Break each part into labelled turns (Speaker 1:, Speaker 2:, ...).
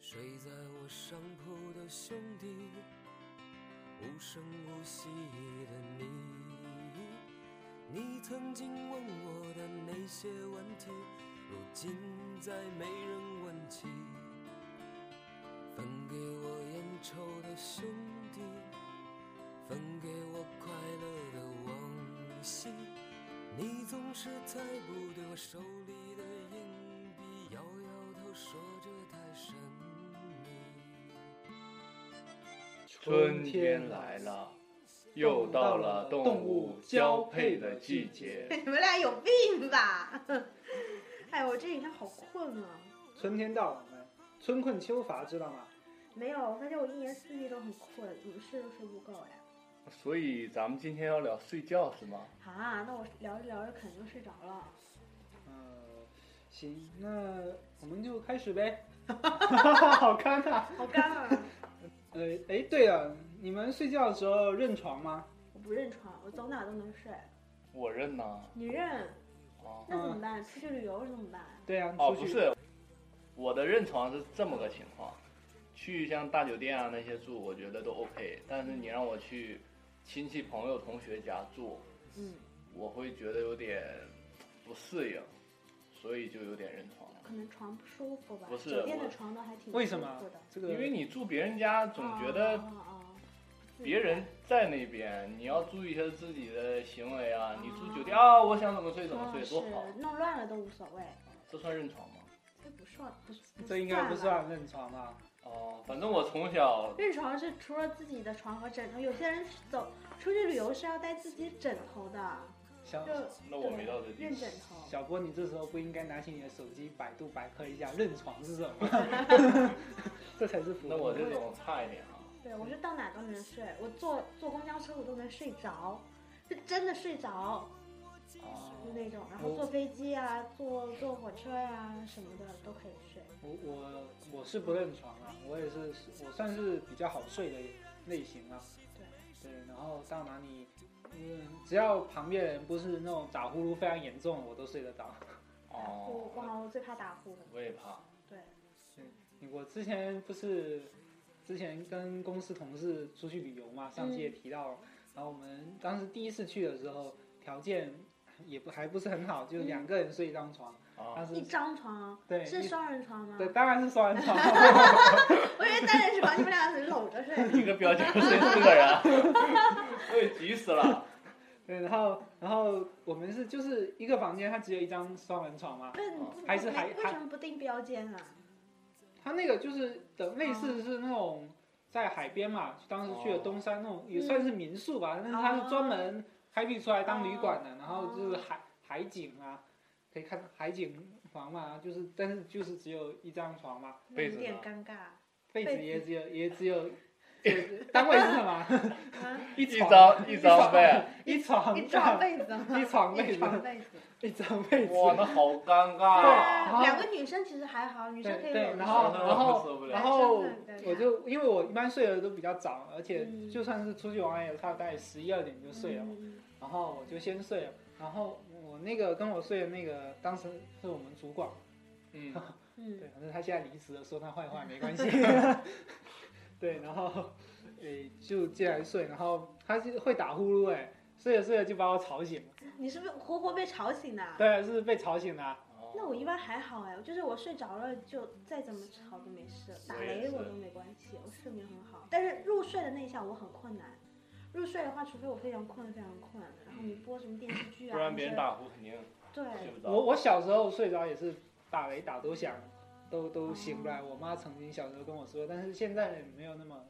Speaker 1: 睡在我上铺的兄弟，无声无息的你，你曾经问我的那些问题，如今再没人问起。分给我烟抽的兄弟，分给我快乐的往昔，你总是猜不对我手里的硬币，摇摇头说这太神秘。
Speaker 2: 春天来了，又到了动物交配的季节。
Speaker 3: 你们俩有病吧？ 哎，我这几天好困啊。
Speaker 4: 春天到了没？春困秋乏，知道吗？
Speaker 3: 没有，我发现我一年四季都很困，午睡都睡不够呀。
Speaker 2: 所以咱们今天要聊睡觉是吗？
Speaker 3: 啊，那我聊着聊着肯定睡着了。
Speaker 4: 嗯，行，那我们就开始 呗。好尴尬。
Speaker 3: 好干啊！
Speaker 4: 呃，哎，对了，你们睡觉的时候认床吗？
Speaker 3: 我不认床，我走哪都能睡。
Speaker 2: 我认呐、
Speaker 3: 你认，
Speaker 2: 啊，
Speaker 3: 那怎么办？出去旅游是怎么办？
Speaker 4: 对啊，
Speaker 2: 哦
Speaker 4: 出去。
Speaker 2: 不是，我的认床是这么个情况，去像大酒店啊那些住，我觉得都 OK，但是你让我去亲戚朋友同学家住，
Speaker 3: 嗯，
Speaker 2: 我会觉得有点不适应，所以就有点认床了。
Speaker 3: 可能床不舒服吧。
Speaker 2: 不是
Speaker 3: 酒店
Speaker 2: 我
Speaker 3: 的床都还挺
Speaker 4: 为
Speaker 3: 舒
Speaker 4: 什
Speaker 3: 服
Speaker 4: 么
Speaker 3: 的。
Speaker 4: 这个？
Speaker 2: 因为你住别人家，总觉
Speaker 3: 啊
Speaker 2: 得
Speaker 3: 啊啊啊不自
Speaker 2: 别人
Speaker 3: 在
Speaker 2: 在那边，你要注意一下自己的行为啊！你住酒店
Speaker 3: 啊
Speaker 2: 啊，我想怎么睡怎么睡，
Speaker 3: 嗯
Speaker 2: 多好！
Speaker 3: 是弄乱了都无所谓。
Speaker 2: 这算认床吗？
Speaker 3: 这不算，不不
Speaker 4: 这应该不
Speaker 3: 吧
Speaker 4: 算认床吧？
Speaker 2: 哦，反正我从小
Speaker 3: 认床是除了自己的床和枕头，有些人走出去旅游是要带自己枕头的，
Speaker 4: 小
Speaker 3: 就
Speaker 2: 那我没到这地
Speaker 3: 认
Speaker 2: 步，
Speaker 3: 枕头。
Speaker 4: 小波，你这时候不应该拿起你的手机百度百科一下认床是什 么？ 这才是符合
Speaker 2: 那我这种差一点啊。
Speaker 3: 对，我是到哪都能睡，我坐坐公交车我都能睡着，是真的睡着就
Speaker 2: 哦，
Speaker 3: 那种。然后坐飞机啊，坐坐火车呀、什么的都可以睡。
Speaker 4: 我我我是不认床啊，我也是我算是比较好睡的类型啊。对，然后到哪里，嗯，只要旁边人不是那种打呼噜非常严重，我都睡得着。
Speaker 3: 我
Speaker 2: 哦，
Speaker 3: 哇，我最怕打呼。
Speaker 2: 我也怕。
Speaker 3: 对，
Speaker 4: 我之前不是之前跟公司同事出去旅游嘛，上期
Speaker 3: 嗯
Speaker 4: 也提到了，然后我们当时第一次去的时候，条件也不还不是很好，就两个人睡一张床，
Speaker 2: 啊，
Speaker 4: 但是
Speaker 3: 嗯哦一张床
Speaker 4: 嗯对
Speaker 3: 是
Speaker 4: 一
Speaker 3: 双人床吗？
Speaker 4: 对，当然是双人床。
Speaker 3: 我以为单人床，你们俩是搂着睡。
Speaker 2: 你个表情谁是个 人？啊我也急死了。
Speaker 4: 对，然后然后我们是就是一个房间，它只有一张双人床嘛，
Speaker 3: 那你不
Speaker 4: 哦还是还
Speaker 3: 为什么不定标间啊？
Speaker 4: 它那个就是的类似是那种在海边嘛，当时去了东山那种也算是民宿吧，但是它是专门开辟出来当旅馆的，然后就是海海景啊，可以看海景房嘛，就是但是就是只有一张床嘛，
Speaker 3: 那
Speaker 2: 被
Speaker 3: 有
Speaker 2: 子呢
Speaker 3: 点 尴尬啊！
Speaker 4: 被
Speaker 3: 被
Speaker 4: 子也只有也只有。就是单位是什么？一
Speaker 2: 一
Speaker 4: 床
Speaker 2: 张一张被，
Speaker 4: 一床
Speaker 3: 一床啊被子吗？
Speaker 4: 一床被子
Speaker 3: 一床被子。啊
Speaker 4: 一张被子，
Speaker 2: 哇，那好尴
Speaker 4: 对
Speaker 2: 尬啊
Speaker 4: 然。后
Speaker 3: 两个女生其实还好，女生可以
Speaker 4: 对
Speaker 3: 搂着
Speaker 4: 然后
Speaker 3: 睡
Speaker 4: 然后
Speaker 2: 受不了
Speaker 4: 然后
Speaker 3: 男生很尴尬
Speaker 4: 我就因为我一般睡得都比较早，而且
Speaker 3: 嗯
Speaker 4: 就算是出去玩也差不多大概十一二点就睡了。
Speaker 3: 嗯
Speaker 4: 然后我就先睡了，然后我那个跟我睡的那个当时是我们主管，
Speaker 2: 嗯，
Speaker 3: 嗯
Speaker 4: 对，反正他现在离职了，说他坏话没关系。 对，然后诶就进来睡，然后他是会打呼噜哎，睡着睡着就把我吵醒了，
Speaker 3: 嗯，你是不是活活被吵醒的啊？
Speaker 4: 对，是被吵醒的啊。
Speaker 2: 哦
Speaker 3: 那我一般还好哎，就是我睡着了，就再怎么吵都没事，打
Speaker 2: 我也
Speaker 3: 雷
Speaker 2: 是
Speaker 3: 我都没关系，我睡眠很好。但是入睡的那一下我很困难，入睡的话，除非我非常困非常困，然后你播什么电视剧啊，
Speaker 2: 不然别人
Speaker 3: 那些
Speaker 2: 打呼肯定睡
Speaker 3: 对，
Speaker 2: 不着。哦
Speaker 4: 我我小时候睡着也是打雷打多响，都都醒不来。我妈曾经小时候跟我说，但是现在没有那么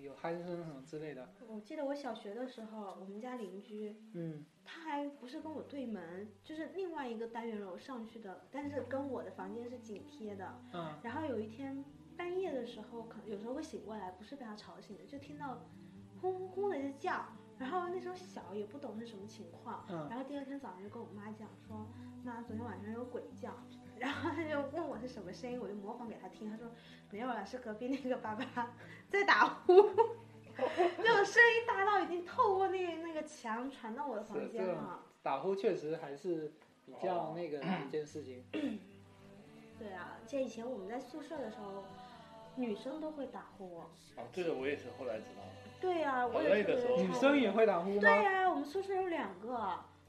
Speaker 4: 有鼾声什么之类的。
Speaker 3: 我记得我小学的时候，我们家邻居
Speaker 4: 嗯，
Speaker 3: 他还不是跟我对门，就是另外一个单元楼上去的，但是跟我的房间是紧贴的。
Speaker 4: 嗯，
Speaker 3: 然后有一天半夜的时候，可能有时候会醒过来，不是被他吵醒的，就听到轰轰轰的一叫。然后那时候小也不懂是什么情况，
Speaker 4: 嗯
Speaker 3: 然后第二天早上就跟我妈讲说，妈昨天晚上有鬼叫， 然后她就问我是什么声音，我就模仿给她听，她说没有了，是隔壁那个爸爸 在打呼， 那种声音大到已经透过那那个墙传到我的房
Speaker 4: 是
Speaker 3: 间
Speaker 4: 这
Speaker 3: 了。
Speaker 4: 打呼确实还是比较
Speaker 2: 哦
Speaker 4: 那个的一件事情。
Speaker 3: 对啊，记得以前我们在宿舍的时候，女生都会打呼。
Speaker 2: 啊，这个我也是后来知道的，
Speaker 3: 对呀、我
Speaker 2: 人类
Speaker 3: 也特
Speaker 2: 的时候
Speaker 3: 别
Speaker 4: 女生也会打呼
Speaker 3: 哦对啊
Speaker 4: 吗？
Speaker 3: 呀、我们宿舍有两个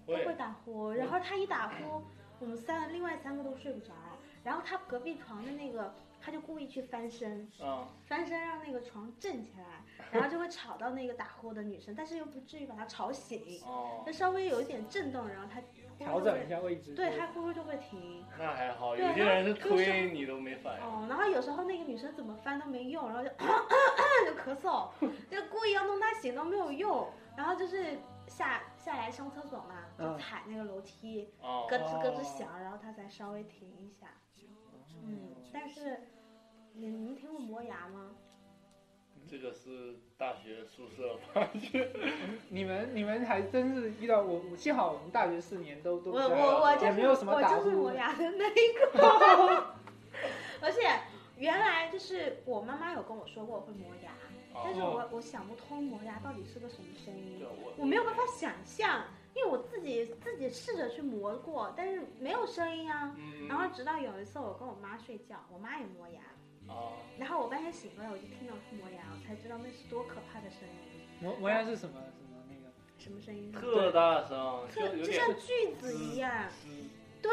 Speaker 3: 都
Speaker 2: 我也
Speaker 3: 会打呼，然后他一打呼，我们三另外三个都睡不着，然后他隔壁床的那个他就故意去翻身，
Speaker 2: 啊，
Speaker 3: 翻身让那个床震起来，然后就会吵到那个打呼的女生，但是又不至于把她吵醒，
Speaker 2: 哦
Speaker 3: 那，稍微有一点震动，然后她
Speaker 4: 调整一，下位置。
Speaker 3: 对，她呼噜就会停。
Speaker 2: 那还好，
Speaker 3: 对
Speaker 2: 有些人是
Speaker 3: 然后就是
Speaker 2: 推你都没反应，
Speaker 3: 哦，然后有时候那个女生怎么翻都没用，然后就 就 咳嗽，就故意要弄她醒都没有用，然后就是下下来上厕所嘛，就
Speaker 4: 嗯
Speaker 3: 踩那个楼梯，
Speaker 2: 啊
Speaker 3: 咯，吱咯吱
Speaker 4: 哦
Speaker 3: 响，然后她才稍微停一下。嗯
Speaker 4: 嗯，，
Speaker 3: 但是你你们听过磨牙吗？
Speaker 2: 这个是大学宿舍发现，
Speaker 4: 你们你们还真是遇到我，我幸好我们大学四年都都
Speaker 3: 我
Speaker 4: 比较
Speaker 3: 我我就
Speaker 4: 也
Speaker 3: 是
Speaker 4: 没有什么
Speaker 3: 我
Speaker 4: 打
Speaker 3: 就是
Speaker 4: 呼
Speaker 3: 磨牙的那 一个， 而且原来就是我妈妈有跟我说过我会磨牙，但是
Speaker 2: 哦
Speaker 3: 我我想不通磨牙到底是个什么声音
Speaker 2: 对。我
Speaker 3: 我没有办法想象，因为我自己自己试着去磨过，但是没有声音啊。
Speaker 2: 嗯，
Speaker 3: 然后直到有一次我跟我妈睡觉，我妈也磨牙，
Speaker 2: 啊，
Speaker 3: 然后我半夜醒过来，我就听到她磨牙，我才知道那是多可怕的声音，
Speaker 4: 磨磨牙是什么什么那个？
Speaker 3: 什么声音？
Speaker 2: 特大声，就
Speaker 3: 特
Speaker 2: 有
Speaker 3: 就
Speaker 2: 点
Speaker 3: 像锯子一样，
Speaker 2: 吱
Speaker 3: 对，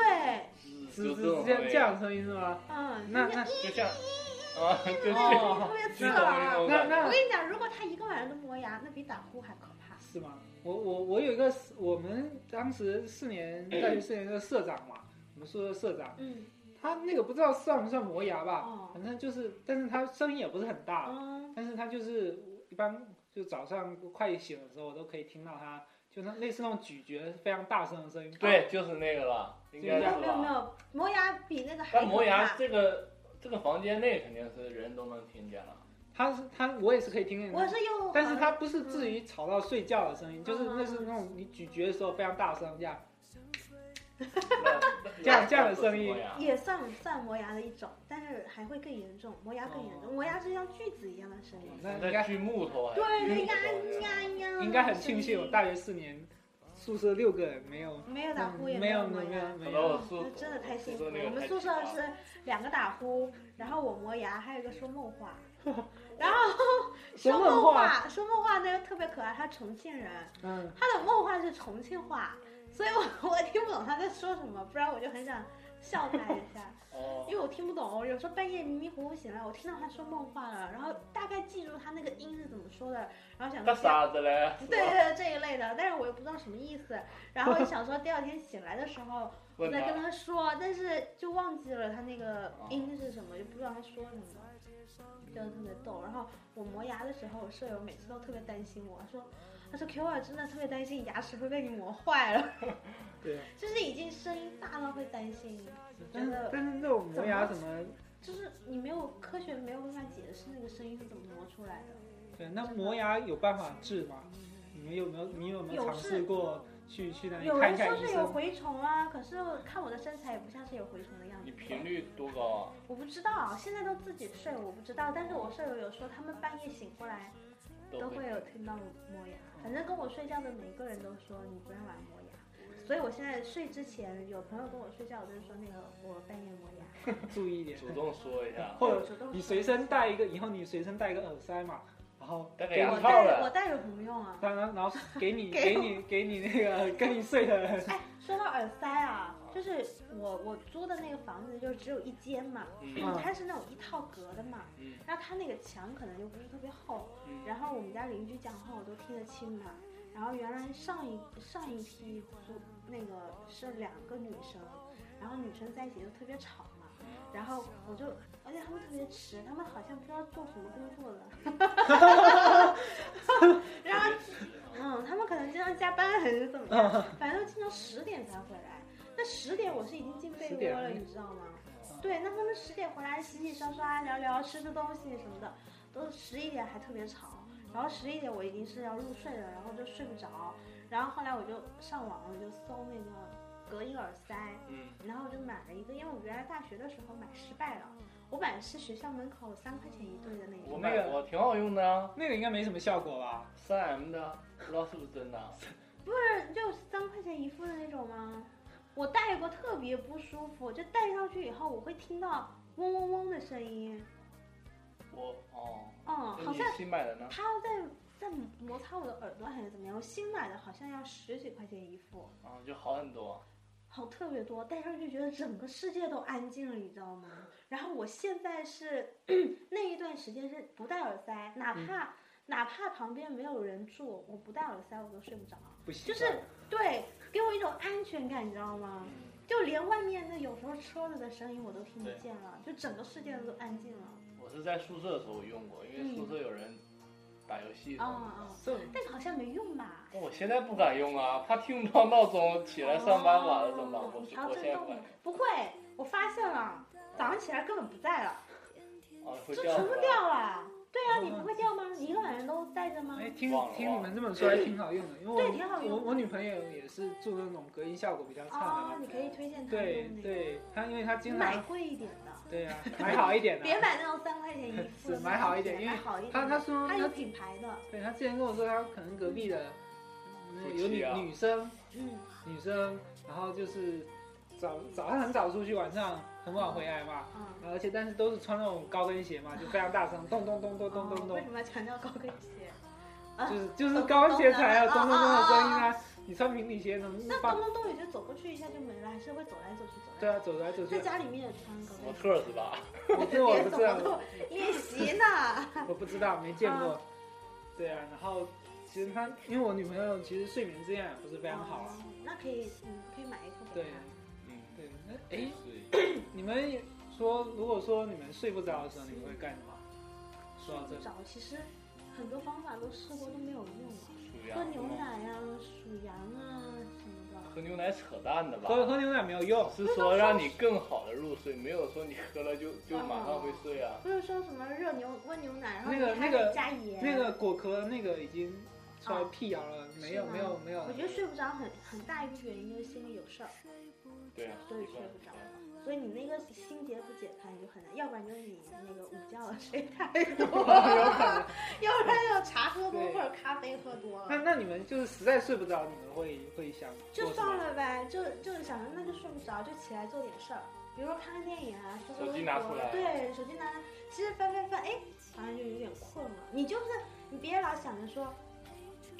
Speaker 2: 吱，
Speaker 4: 吱
Speaker 2: 就
Speaker 4: 吱
Speaker 2: 这种
Speaker 4: 吱这样
Speaker 2: 声音
Speaker 4: 这样的声音是吗？
Speaker 3: 嗯，
Speaker 4: 那
Speaker 3: 就
Speaker 4: 那
Speaker 2: 就像啊，就这
Speaker 4: 哦
Speaker 3: 特，别
Speaker 2: 这
Speaker 3: 刺
Speaker 2: 种那
Speaker 3: 耳。
Speaker 2: 种
Speaker 4: 那
Speaker 2: 感觉，
Speaker 3: 我
Speaker 4: 那
Speaker 3: 跟你讲，如果她一个晚上都磨牙，那比打呼还可怕。
Speaker 4: 是吗？我我我有一个我们当时四年大学四年的社长嘛，我们宿舍社长，
Speaker 3: 嗯
Speaker 4: 他那个不知道算不算磨牙吧，
Speaker 3: 哦
Speaker 4: 反正就是，但是他声音也不是很大，
Speaker 3: 嗯
Speaker 4: 但是他就是一般就早上快醒的时候，我都可以听到他，就那类似那种咀嚼非常大声的声音。
Speaker 2: 对，就是那个了，应
Speaker 4: 没
Speaker 3: 没
Speaker 2: 该
Speaker 4: 有
Speaker 2: 是
Speaker 3: 有没有没
Speaker 2: 吧？
Speaker 3: 有，磨牙比那个还
Speaker 2: 但
Speaker 3: 可
Speaker 2: 磨牙
Speaker 3: 怕。
Speaker 2: 这个这个房间内肯定是人都能听见了，
Speaker 4: 他是他，我也是哦可以听见
Speaker 3: 我
Speaker 4: 他，
Speaker 3: 是呃又
Speaker 4: 但是他不是至于吵到睡觉的声音，就是那是那种你咀嚼的时候非常大声这样。
Speaker 2: 那
Speaker 4: 这样这样的声音，
Speaker 2: 那
Speaker 3: 也算算磨牙的一种，但是还会更严重，磨牙更严重，
Speaker 4: 哦
Speaker 3: 磨牙是像锯子一样的声音。
Speaker 4: 那
Speaker 2: 那
Speaker 4: 应该
Speaker 2: 锯木头还是锯
Speaker 3: 对，那
Speaker 2: 木头啊还是
Speaker 3: 个呀呀呀，
Speaker 4: 应该很庆幸我大学四年宿舍六个人没有
Speaker 3: 没有打呼也
Speaker 4: 嗯没
Speaker 3: 有
Speaker 4: 有
Speaker 3: 磨
Speaker 4: 没
Speaker 3: 牙
Speaker 4: 有，没
Speaker 2: 可能我
Speaker 4: 有，
Speaker 2: 宿
Speaker 3: 那真的太幸福
Speaker 2: 宿舍那
Speaker 3: 了。
Speaker 2: 个
Speaker 3: 我们
Speaker 2: 太
Speaker 3: 宿舍
Speaker 2: 奇葩了
Speaker 3: 是两个打呼，然后我磨牙，还有一个说梦 话，然后
Speaker 4: 说
Speaker 3: 说
Speaker 4: 梦
Speaker 3: 梦
Speaker 4: 话
Speaker 3: 话，说梦话那个特别可爱，他重庆人，
Speaker 4: 嗯，
Speaker 3: 他的梦话是重庆话，所以我我听不懂他在说什么，不然我就很想笑他一下。
Speaker 2: 哦
Speaker 3: 因，为我听不懂，有时候半夜迷迷糊糊醒来，我听到他说梦话了，然后大概记住他那个音是怎么说的，然后想
Speaker 2: 那
Speaker 3: 说
Speaker 2: 傻子嘞，
Speaker 3: 对对对这一类的，但是我又不知道什么意思，然后想说第二天醒来的时候我
Speaker 2: 问
Speaker 3: 再跟
Speaker 2: 他
Speaker 3: 他说，但是就忘记了他那个音是什么，就不知道他说什么。真的特别逗，然后我磨牙的时候，我舍友每次都特别担心我，说，他说 Q 二真的特别担心牙齿会被你磨坏了，
Speaker 4: 对。
Speaker 3: 就是已经声音大到会担心，
Speaker 4: 但是但是那种磨牙什么，
Speaker 3: 就是你没有科学没有办法解释那个声音是怎么磨出来的。
Speaker 4: 对，那磨牙有办法治吗？你们有没有你有没有
Speaker 3: 有
Speaker 4: 尝
Speaker 3: 是
Speaker 4: 试过去去那里
Speaker 3: 有
Speaker 4: 看
Speaker 3: 人
Speaker 4: 一下
Speaker 3: 说
Speaker 4: 医
Speaker 3: 是有
Speaker 4: 生？
Speaker 3: 蛔虫啊，可是看我的身材也不像是有蛔虫的样
Speaker 2: 你
Speaker 3: 子。
Speaker 2: 频率多高啊？
Speaker 3: 我不知道，现在都自己睡，我不知道。但是我舍友有说，他们半夜醒过来都
Speaker 2: 都会
Speaker 3: 会有听到磨牙。
Speaker 4: 哦
Speaker 3: 反正跟我睡觉的每个人都说你不要玩磨牙，
Speaker 4: 嗯
Speaker 3: 所以我现在睡之前，有朋友跟我睡觉，我就说那个我半夜磨牙，
Speaker 4: 注意一点，
Speaker 2: 主动说一下，
Speaker 4: 或者
Speaker 3: 主动
Speaker 4: 你随身带一个，以后你随身带一个耳塞嘛，然后
Speaker 2: 戴个
Speaker 4: 给
Speaker 2: 牙
Speaker 3: 我
Speaker 4: 你，
Speaker 2: 套
Speaker 3: 带我
Speaker 2: 了，
Speaker 3: 带有什么用 啊？
Speaker 4: 当然然后给你
Speaker 3: 给
Speaker 4: 给
Speaker 3: 我
Speaker 4: 你给你那个跟你睡的人，
Speaker 3: 哎，说到耳塞啊，就是我我租的那个房子就只有一间嘛，
Speaker 2: 嗯
Speaker 3: 它是那种一套隔的嘛，
Speaker 2: 嗯
Speaker 3: 然后它那个墙可能就不是特别厚，
Speaker 2: 嗯，
Speaker 3: 然后我们家邻居讲话我都听得清嘛。然后原来上一上一批租那个是两个女生，然后女生在一起就特别吵嘛，然后我就，而且她们特别迟，她们好像不知道做什么工作的， 然后嗯，她们可能经常加班还是怎么样，反正经常十点才回来。那十点我是已经进被
Speaker 4: 10
Speaker 3: 窝
Speaker 4: 点
Speaker 3: 了，你知道吗？对，那他们十点回来洗洗刷刷、聊聊、吃吃东西什么的，都十一点还特别吵。然后十一点我已经是要入睡了，然后就睡不着。然后后来我就上网，我就搜那个隔音耳塞，
Speaker 2: 嗯
Speaker 3: 然后我就买了一个，因为我原来大学的时候买失败了，我买的是学校门口三块钱一对的那
Speaker 2: 我
Speaker 3: 种。
Speaker 2: 买我挺好用的啊，
Speaker 4: 那个应该没什么效果吧？
Speaker 2: 三 M 的，不知道是不是真的啊，
Speaker 3: 是就是三块钱一副的那种吗？我戴过特别不舒服，就戴上去以后我会听到嗡嗡嗡的声音。
Speaker 2: 我哦，
Speaker 3: 嗯，
Speaker 2: 那
Speaker 3: 好
Speaker 2: 你
Speaker 3: 像
Speaker 2: 新买的呢？
Speaker 3: 他在在摩擦我的耳朵还是怎么样？我新买的好像要十几块钱一副，
Speaker 2: 啊，就好很多。
Speaker 3: 好特别多，戴上就觉得整个世界都安静了，你知道吗？然后我现在是 那一段时间是不戴耳塞，哪怕、哪怕旁边没有人住，我不戴耳塞我都睡不着。
Speaker 4: 不行，
Speaker 3: 就是对，给我一种安全感，你知道吗？
Speaker 2: 嗯，
Speaker 3: 就连外面的有时候车子的声音我都听不
Speaker 2: 对
Speaker 3: 见了，就整个世界都安静了。
Speaker 2: 我是在宿舍的时候用过，因为宿舍有人打游戏什
Speaker 3: 啊
Speaker 2: 么的。
Speaker 3: 啊！
Speaker 4: 这
Speaker 3: 但是好像没用吧？
Speaker 2: 那我现在不敢用啊，怕听不到闹钟，起来上班晚了怎么办？
Speaker 3: 哦
Speaker 2: 我
Speaker 3: 你调
Speaker 2: 我
Speaker 3: 震
Speaker 2: 现在不
Speaker 3: 动
Speaker 2: 敢
Speaker 3: 吗。？不会，我发现了，早上起来根本不在了，
Speaker 2: 啊，会
Speaker 3: 就
Speaker 2: 掉
Speaker 3: 全
Speaker 2: 是
Speaker 3: 部
Speaker 2: 吧
Speaker 3: 掉了。对啊，你不会掉吗？你一个晚上都带着吗？
Speaker 4: 哦哎，听
Speaker 2: 忘了
Speaker 4: 听你
Speaker 2: 忘了
Speaker 4: 们这么说还挺好用的，因为我
Speaker 3: 对挺好用的
Speaker 4: 我我女朋友也是做那种隔音效果比较差的
Speaker 3: 哦，
Speaker 4: 嘛，
Speaker 3: 你可以推荐他
Speaker 4: 对
Speaker 3: 用那个，
Speaker 4: 对，她因为她
Speaker 3: 你
Speaker 4: 经
Speaker 3: 买
Speaker 4: 常
Speaker 3: 贵一点的，
Speaker 4: 对啊，买好一点
Speaker 3: 别
Speaker 4: 的。
Speaker 3: 买那种三块 钱一副的
Speaker 4: 是买好一点因为
Speaker 3: 买好一点
Speaker 4: 她她
Speaker 3: 的，
Speaker 4: 说
Speaker 3: 它有
Speaker 4: 她
Speaker 3: 品牌的，
Speaker 4: 对她之前跟我说她可能隔壁的嗯
Speaker 2: 夫
Speaker 4: 有
Speaker 2: 妻
Speaker 4: 女
Speaker 2: 啊
Speaker 4: 女生
Speaker 3: 嗯
Speaker 4: 女生，然后就是早早上很早出去，晚上很晚回来嘛，
Speaker 3: 嗯。
Speaker 4: 而且但是都是穿那种高跟鞋嘛，就非常大声，咚咚咚咚咚咚
Speaker 3: 哦
Speaker 4: 咚
Speaker 3: 为什，么要强调高跟鞋？啊
Speaker 4: 就是就是高跟鞋才有咚咚咚的声音啊！你穿平底鞋能
Speaker 3: 哦那
Speaker 4: 放？
Speaker 3: 咚咚咚也就走过去一下就没了，还是会走来走去走来走去。
Speaker 4: 对啊，走来走去
Speaker 3: 在。家里面也穿高
Speaker 2: 模
Speaker 3: 跟鞋。
Speaker 2: 特儿是吧？
Speaker 4: 我这我不知道，
Speaker 3: 练习呢。
Speaker 4: 我不知道，没见
Speaker 3: 嗯
Speaker 4: 过。对啊，然后其实她，因为我女朋友其实睡眠质量也不是非常好啊。
Speaker 3: 哦那可以，嗯，可以买一副
Speaker 4: 对
Speaker 3: 给他。
Speaker 2: 嗯，
Speaker 4: 对，那哎，
Speaker 2: 哎，
Speaker 4: 你们说，如果说你们睡不着的时候，你们会干什么？说到这
Speaker 3: 睡不，着，其实很多方法都试过都没有用啊，
Speaker 2: 属羊
Speaker 3: 喝
Speaker 2: 是
Speaker 3: 牛
Speaker 2: 吗
Speaker 3: 奶呀、数羊啊什么的。
Speaker 2: 喝牛奶扯淡的吧？
Speaker 4: 喝喝牛奶没有用，
Speaker 2: 是说让你更好的入睡，没有说你喝了就就马上会睡啊。
Speaker 3: 不是说什么热牛温牛奶，然后
Speaker 4: 那个
Speaker 3: 你还
Speaker 4: 那个
Speaker 3: 得加盐。
Speaker 4: 那个果壳那个已经出来辟谣了，没有
Speaker 3: 是吗啊
Speaker 4: 没有没有
Speaker 3: 我。觉得睡不着很很大一个原因就是心里有事儿。哦
Speaker 2: 对啊，
Speaker 3: 所以睡不着所以你那个心结不解开，你就很难，要不然就是你那个午觉睡太 多，要不然就茶喝多
Speaker 4: 对
Speaker 3: 或者咖啡喝多
Speaker 4: 那
Speaker 3: 了，
Speaker 4: 那你们就是实在睡不着，你们会会想
Speaker 3: 就
Speaker 4: 做什么
Speaker 3: 算了呗，就就是想着那就睡不着，就起来做点事儿，比如说看看电影啊，刷刷
Speaker 2: 手机
Speaker 3: 微
Speaker 2: 拿
Speaker 3: 博
Speaker 2: 出来
Speaker 3: 对，手机拿来，其实翻翻翻，哎，好像就有点困了。你就是你别老想着说。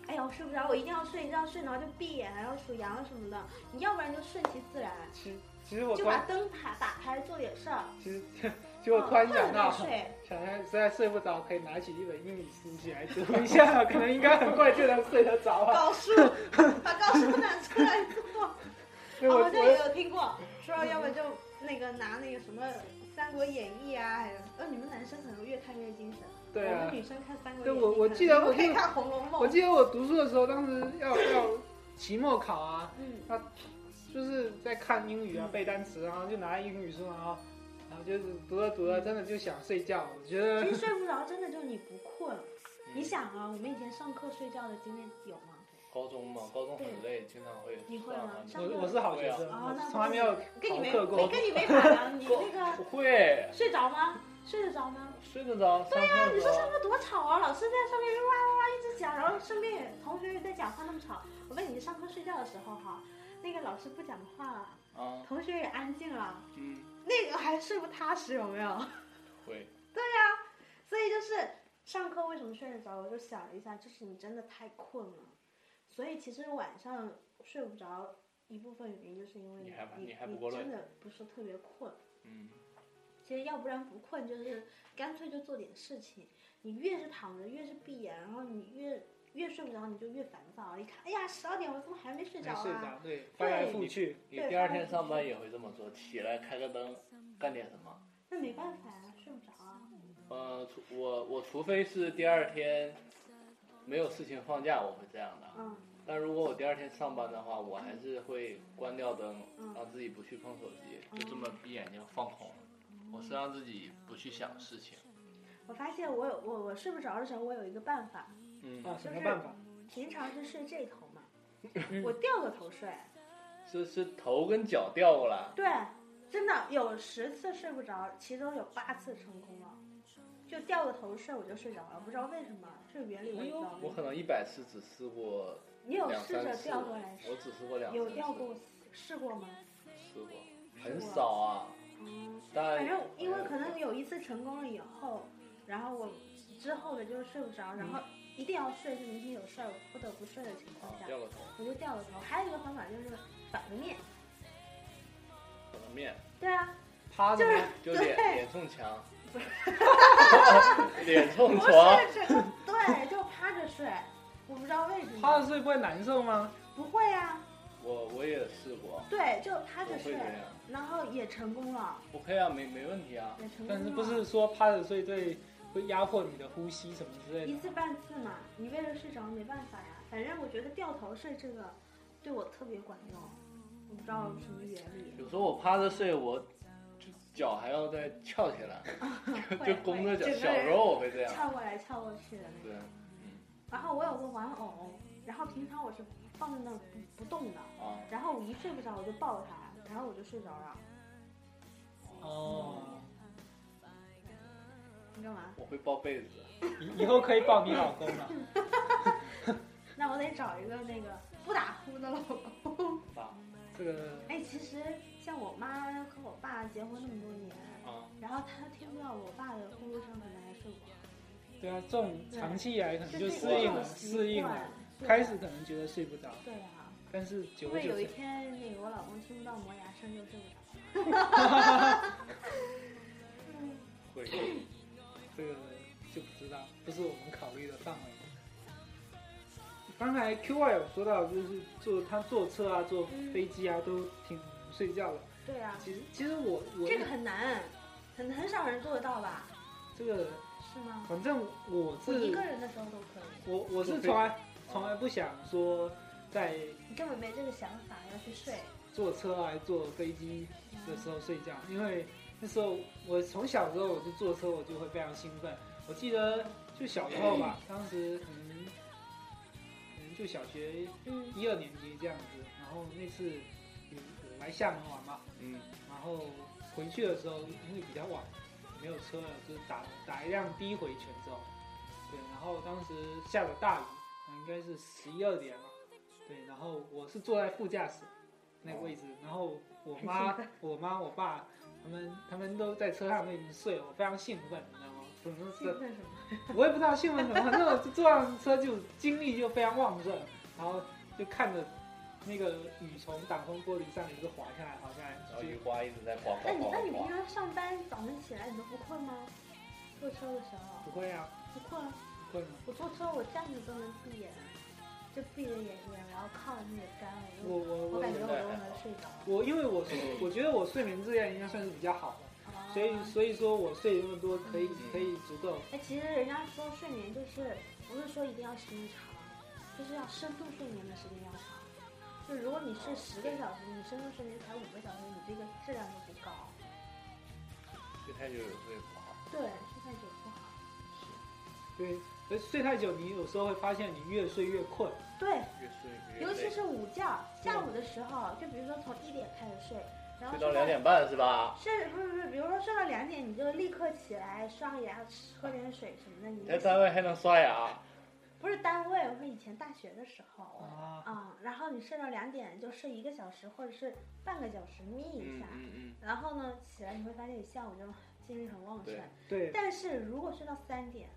Speaker 3: 哎呀，我睡不着，我一定要睡，一定要睡，然后就闭眼，然后数羊什么的。你要不然就顺其自然，
Speaker 4: 其实其实我
Speaker 3: 就
Speaker 4: 突
Speaker 3: 把
Speaker 4: 然
Speaker 3: 灯打打开，做点事儿。
Speaker 4: 其实 其实我突然想到，
Speaker 3: 嗯或者再睡
Speaker 4: 想来实在睡不着，可以拿起一本英语书起来读一下， 可能应该很快就能睡得着啊。
Speaker 3: 高数， 把高数拿出来做。
Speaker 4: 因为我嗯
Speaker 3: 哦，这
Speaker 4: 我
Speaker 3: 有听过，说要么就那个拿那个什么《三国演义》啊，还是呃，你们男生可能越看越精神，
Speaker 4: 对
Speaker 3: 我
Speaker 4: 啊
Speaker 3: 们，女生看《三国
Speaker 4: 对
Speaker 3: 演义》
Speaker 4: 我我
Speaker 3: 可能
Speaker 4: 记得我
Speaker 3: 可以
Speaker 4: 就
Speaker 3: 看《红楼梦
Speaker 4: 我》。记得我读书的时候，当时要要期末考啊，
Speaker 3: 嗯，
Speaker 4: 就是在看英语啊，背单词，然后就拿英语书，然后然后就是读着读着，真的就想睡觉。我觉得
Speaker 3: 嗯其实睡不着，真的就是你不困。你
Speaker 2: 嗯
Speaker 3: 想啊，我们以前上课睡觉的经验有吗？
Speaker 2: 高中嘛，高中很累，经常会
Speaker 3: 你会吗
Speaker 2: 上
Speaker 3: 上
Speaker 2: 班
Speaker 4: 我我是好学生，
Speaker 3: 对啊
Speaker 4: 我从来没有
Speaker 3: 跟你没
Speaker 4: 逃课
Speaker 3: 没
Speaker 4: 过。
Speaker 3: 跟你 没法聊，你那个
Speaker 2: 不会
Speaker 3: 睡着吗？睡得着吗？
Speaker 2: 睡得着。对呀
Speaker 3: 你说上课多吵啊！老师在上面哇哇哇一直讲，然后身边也同学也在讲话，那么吵。我问你，上课睡觉的时候哈，那个老师不讲话了，
Speaker 2: 啊，
Speaker 3: 同学也安静了，
Speaker 2: 嗯，
Speaker 3: 那个还睡不踏实，有没有？
Speaker 2: 会
Speaker 3: 所以就是上课为什么睡得着，我就想了一下，就是你真的太困了。所以其实晚上睡不着，一部分原因就是因为
Speaker 2: 你
Speaker 3: 你
Speaker 2: 还不
Speaker 3: 你
Speaker 2: 你还不够累
Speaker 3: 真的不是特别困。
Speaker 2: 嗯，
Speaker 3: 其实要不然不困，就是干脆就做点事情。你越是躺着，越是闭眼，然后你越越睡不着，你就越烦躁。一看，哎呀，十二点我怎么还没睡着
Speaker 4: 没
Speaker 3: 啊？
Speaker 4: 睡着，对，翻来覆去，
Speaker 2: 你第二天上班也会这么做，起来开个灯，干点什么。
Speaker 3: 那没办法啊，睡不着啊。
Speaker 2: 呃，除我我除非是第二天没有事情放假，我会这样的。
Speaker 3: 嗯
Speaker 2: 但如果我第二天上班的话，我还是会关掉灯，
Speaker 3: 嗯哦
Speaker 2: 让自己不去碰手机，就这么闭眼睛放空。我是让自己不去想事情。
Speaker 3: 我发现我有我我睡不着的时候，我有一个办法，
Speaker 2: 嗯，
Speaker 4: 啊，什么办法？
Speaker 3: 平常是睡这头嘛，
Speaker 2: 嗯
Speaker 3: 我掉个头睡。
Speaker 2: 是是头跟脚调过来，
Speaker 3: 对，真的有十次睡不着，其中有八次成功了，就掉个头睡我就睡着了，不知道为什么，这个原理我也不知道为
Speaker 2: 我
Speaker 3: 什么。
Speaker 2: 可能一百次只试过
Speaker 3: 你有
Speaker 2: 哎两
Speaker 3: 试着
Speaker 2: 三次
Speaker 3: 掉过来，
Speaker 2: 我只试过两三
Speaker 3: 有
Speaker 2: 次，
Speaker 3: 掉过试过吗？
Speaker 2: 试过，很少啊。
Speaker 3: 嗯，
Speaker 2: 但哎
Speaker 3: 反正因为可能有一次成功了以后，然后我之后的就是睡不着，然后
Speaker 2: 嗯
Speaker 3: 一定要睡，就明天有事儿我不得不睡的情况下，
Speaker 2: 啊掉个头，
Speaker 3: 我就掉个头。还有一个方法就是反个面，
Speaker 2: 可能 面，
Speaker 3: 对啊，
Speaker 4: 趴着
Speaker 3: 就是
Speaker 4: 吗
Speaker 2: 就脸
Speaker 3: 对
Speaker 2: 脸冲墙， 脸冲
Speaker 3: 不是
Speaker 2: 床，
Speaker 3: 这个，对，就趴着睡。我不知道为什
Speaker 4: 趴
Speaker 3: 么，
Speaker 4: 着睡不会难受吗？
Speaker 3: 不会啊，
Speaker 2: 我我也试过，
Speaker 3: 对，就趴
Speaker 2: 我
Speaker 3: 着
Speaker 2: 会这
Speaker 3: 睡，
Speaker 2: 样
Speaker 3: 然后也成功了，
Speaker 2: ，OK 啊，没没问题啊，
Speaker 3: 也成功了。
Speaker 4: 但是不是说趴着睡对会压迫你的呼吸什么之类
Speaker 3: 一
Speaker 4: 的？
Speaker 3: 次半次嘛，你为了睡着没办法呀。反正我觉得掉头睡这个对我特别管用，我不知道什么原理。
Speaker 2: 有时候我趴着睡，我就脚还要再翘起来， 嗯就
Speaker 3: 会
Speaker 2: 弓着脚，
Speaker 3: 整个
Speaker 2: 小
Speaker 3: 人
Speaker 2: 时候我会这样，
Speaker 3: 翘过来翘过去的那种。
Speaker 2: 对，
Speaker 3: 然后我有个玩偶，然后平常我是放在那儿不不动的，
Speaker 2: 啊，
Speaker 3: 然后我一睡不着我就抱它，然后我就睡着了。
Speaker 4: 哦，
Speaker 3: 你干嘛？
Speaker 2: 我会抱被子，
Speaker 4: 以以后可以抱你老公 了。
Speaker 3: 那我得找一个那个不打呼的老公。
Speaker 2: 爸，
Speaker 4: 这个
Speaker 3: 哎，其实像我妈和我爸结婚那么多年，
Speaker 2: 啊，
Speaker 3: 然后她听不到我爸的呼噜声，可能还睡不着。
Speaker 4: 对啊，这种长期以来可能就适
Speaker 3: 这是一
Speaker 4: 应
Speaker 3: 种
Speaker 4: 了，
Speaker 3: 习
Speaker 4: 适应
Speaker 3: 惯
Speaker 4: 了。
Speaker 3: 对
Speaker 4: 开始可能觉得睡不着，
Speaker 3: 对啊，
Speaker 4: 但是久
Speaker 3: 因
Speaker 4: 而
Speaker 3: 为
Speaker 4: 久
Speaker 3: 有一
Speaker 4: 之，
Speaker 3: 天那个我老公听不到磨牙声就睡不着。
Speaker 2: 会，
Speaker 4: 这个就不知道，不是我们考虑的范围。刚才 Q Y 有说到，就是坐他坐车啊，坐
Speaker 3: 嗯
Speaker 4: 飞机啊，都挺睡觉的。
Speaker 3: 对啊，
Speaker 4: 其实其实我我
Speaker 3: 这个很难，很很少人做得到吧？
Speaker 4: 这个，
Speaker 3: 是吗？
Speaker 4: 反正我
Speaker 3: 我一
Speaker 4: 是
Speaker 3: 个人的时候都可以，
Speaker 4: 我我是从来从来不想说在
Speaker 3: 你根本没这个想法要去睡。
Speaker 4: 坐车啊坐飞机的时候睡觉，因为那时候我从小时候我就坐车，我就会非常兴奋。我记得就小时候 吧，当时可能可能就小学
Speaker 3: 嗯
Speaker 4: 一二年级这样子，然后那次有我来厦门玩嘛，
Speaker 2: 嗯，
Speaker 4: 然后回去的时候因为比较晚，没有车了，就是打打一辆的回泉州，对，然后当时下着大雨，应该是十一二点了，对，然后我是坐在副驾驶那个位置，然后我妈、我妈、我爸他们他们都在车上面睡了，我非常兴奋，你知道吗？怎么
Speaker 3: 兴奋什么？
Speaker 4: 我也不知道兴奋什么， 反正我坐上车就精力就非常旺盛，然后就看着那个雨从挡风玻璃上一个滑下来，滑下
Speaker 2: 然后
Speaker 4: 来，
Speaker 2: 雨
Speaker 4: 就
Speaker 2: 花一直在哗
Speaker 3: 那
Speaker 2: 哗
Speaker 3: 你那你
Speaker 2: 哗
Speaker 3: 平
Speaker 2: 哗，
Speaker 3: 常上班早晨起来你都不困吗？坐车的时候
Speaker 4: 不会啊，
Speaker 3: 不困，
Speaker 4: 不会吗？
Speaker 3: 我坐车我站着都能闭眼，就闭着眼睛，然后靠着那个杆，我
Speaker 4: 我我
Speaker 3: 就我
Speaker 4: 我
Speaker 3: 感觉我
Speaker 2: 现在
Speaker 3: 都
Speaker 2: 还
Speaker 3: 能
Speaker 2: 好
Speaker 3: 睡着。哦
Speaker 4: 我因为我我觉得我睡眠质量应该算是比较好的，
Speaker 3: 啊
Speaker 4: 所以所以说我睡那么多可以
Speaker 2: 嗯
Speaker 4: 可以足够，
Speaker 3: 哎，其实人家说睡眠就是不是说一定要时间长，就是要深度睡眠的时间要长。就如果你睡十个小时，你深度睡眠才五个小时，你这个质量就不高。
Speaker 2: 睡太久有时候也不好，
Speaker 3: 对，睡太久不好。
Speaker 4: 对，而睡太久你有时候会发现你越睡越困，
Speaker 3: 对，
Speaker 2: 越睡越
Speaker 3: 尤其
Speaker 2: 累，
Speaker 3: 是午觉，下午的时候，就比如说从一点开始睡，然后
Speaker 2: 嗯睡到两。点半是吧？
Speaker 3: 睡不是不是，比如说睡到两点，你就立刻起来刷牙、吃喝点水什么的。你
Speaker 2: 你在
Speaker 3: 就
Speaker 2: 单位还能刷牙，
Speaker 3: 不是单位，我说以前大学的时候。
Speaker 2: 哦
Speaker 4: 啊，
Speaker 3: 啊、然后你睡到两点就睡一个小时或者是半个小时眯一
Speaker 2: 嗯
Speaker 3: 下，
Speaker 2: 嗯嗯，
Speaker 3: 然后呢起来你会发现你下午就精力很旺盛
Speaker 2: 对，
Speaker 4: 对，
Speaker 3: 但是如果睡到三点，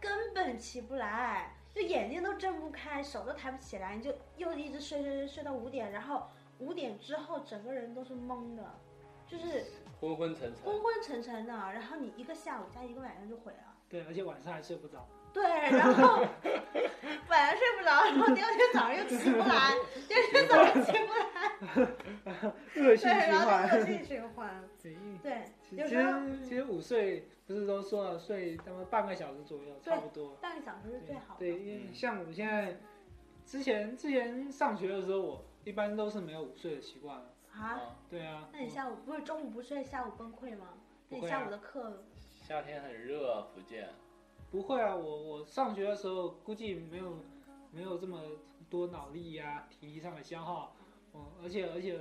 Speaker 3: 根本起不来，就眼睛都睁不开，手都抬不起来，你就又一直睡睡睡睡到五点，然后五点之后整个人都是懵的，就是
Speaker 2: 嗯昏昏沉沉
Speaker 3: 昏，昏沉沉的，然后你一个下午加一个晚上就毁了。
Speaker 4: 对，而且晚上还睡不着，
Speaker 3: 对，然 后晚上睡不着，然后第二天早上又起不来，第二天早上起不 来，
Speaker 4: 恶性循
Speaker 3: 对，然后就恶
Speaker 4: 环。
Speaker 3: 性循环。
Speaker 4: 对
Speaker 3: 对，
Speaker 4: 其
Speaker 3: 有
Speaker 4: 实
Speaker 3: 时候
Speaker 4: 其实午睡不是都说了，睡他妈半个小时左右
Speaker 3: 对
Speaker 4: 差不多。
Speaker 3: 半个小时是最好
Speaker 4: 对，
Speaker 3: 的。
Speaker 4: 因为像我现在之前之前上学的时候，我一般都是没有午睡的习惯的。
Speaker 3: 啊，
Speaker 2: 啊
Speaker 4: 对啊，
Speaker 3: 那你下午不是中午不睡，下午崩溃吗？
Speaker 4: 不
Speaker 3: 那你
Speaker 4: 会啊
Speaker 3: 下午的课，
Speaker 2: 夏天很热啊，福建，
Speaker 4: 不会啊，我我上学的时候估计没有没有这么多脑力呀、体力上的消耗。嗯，而且而且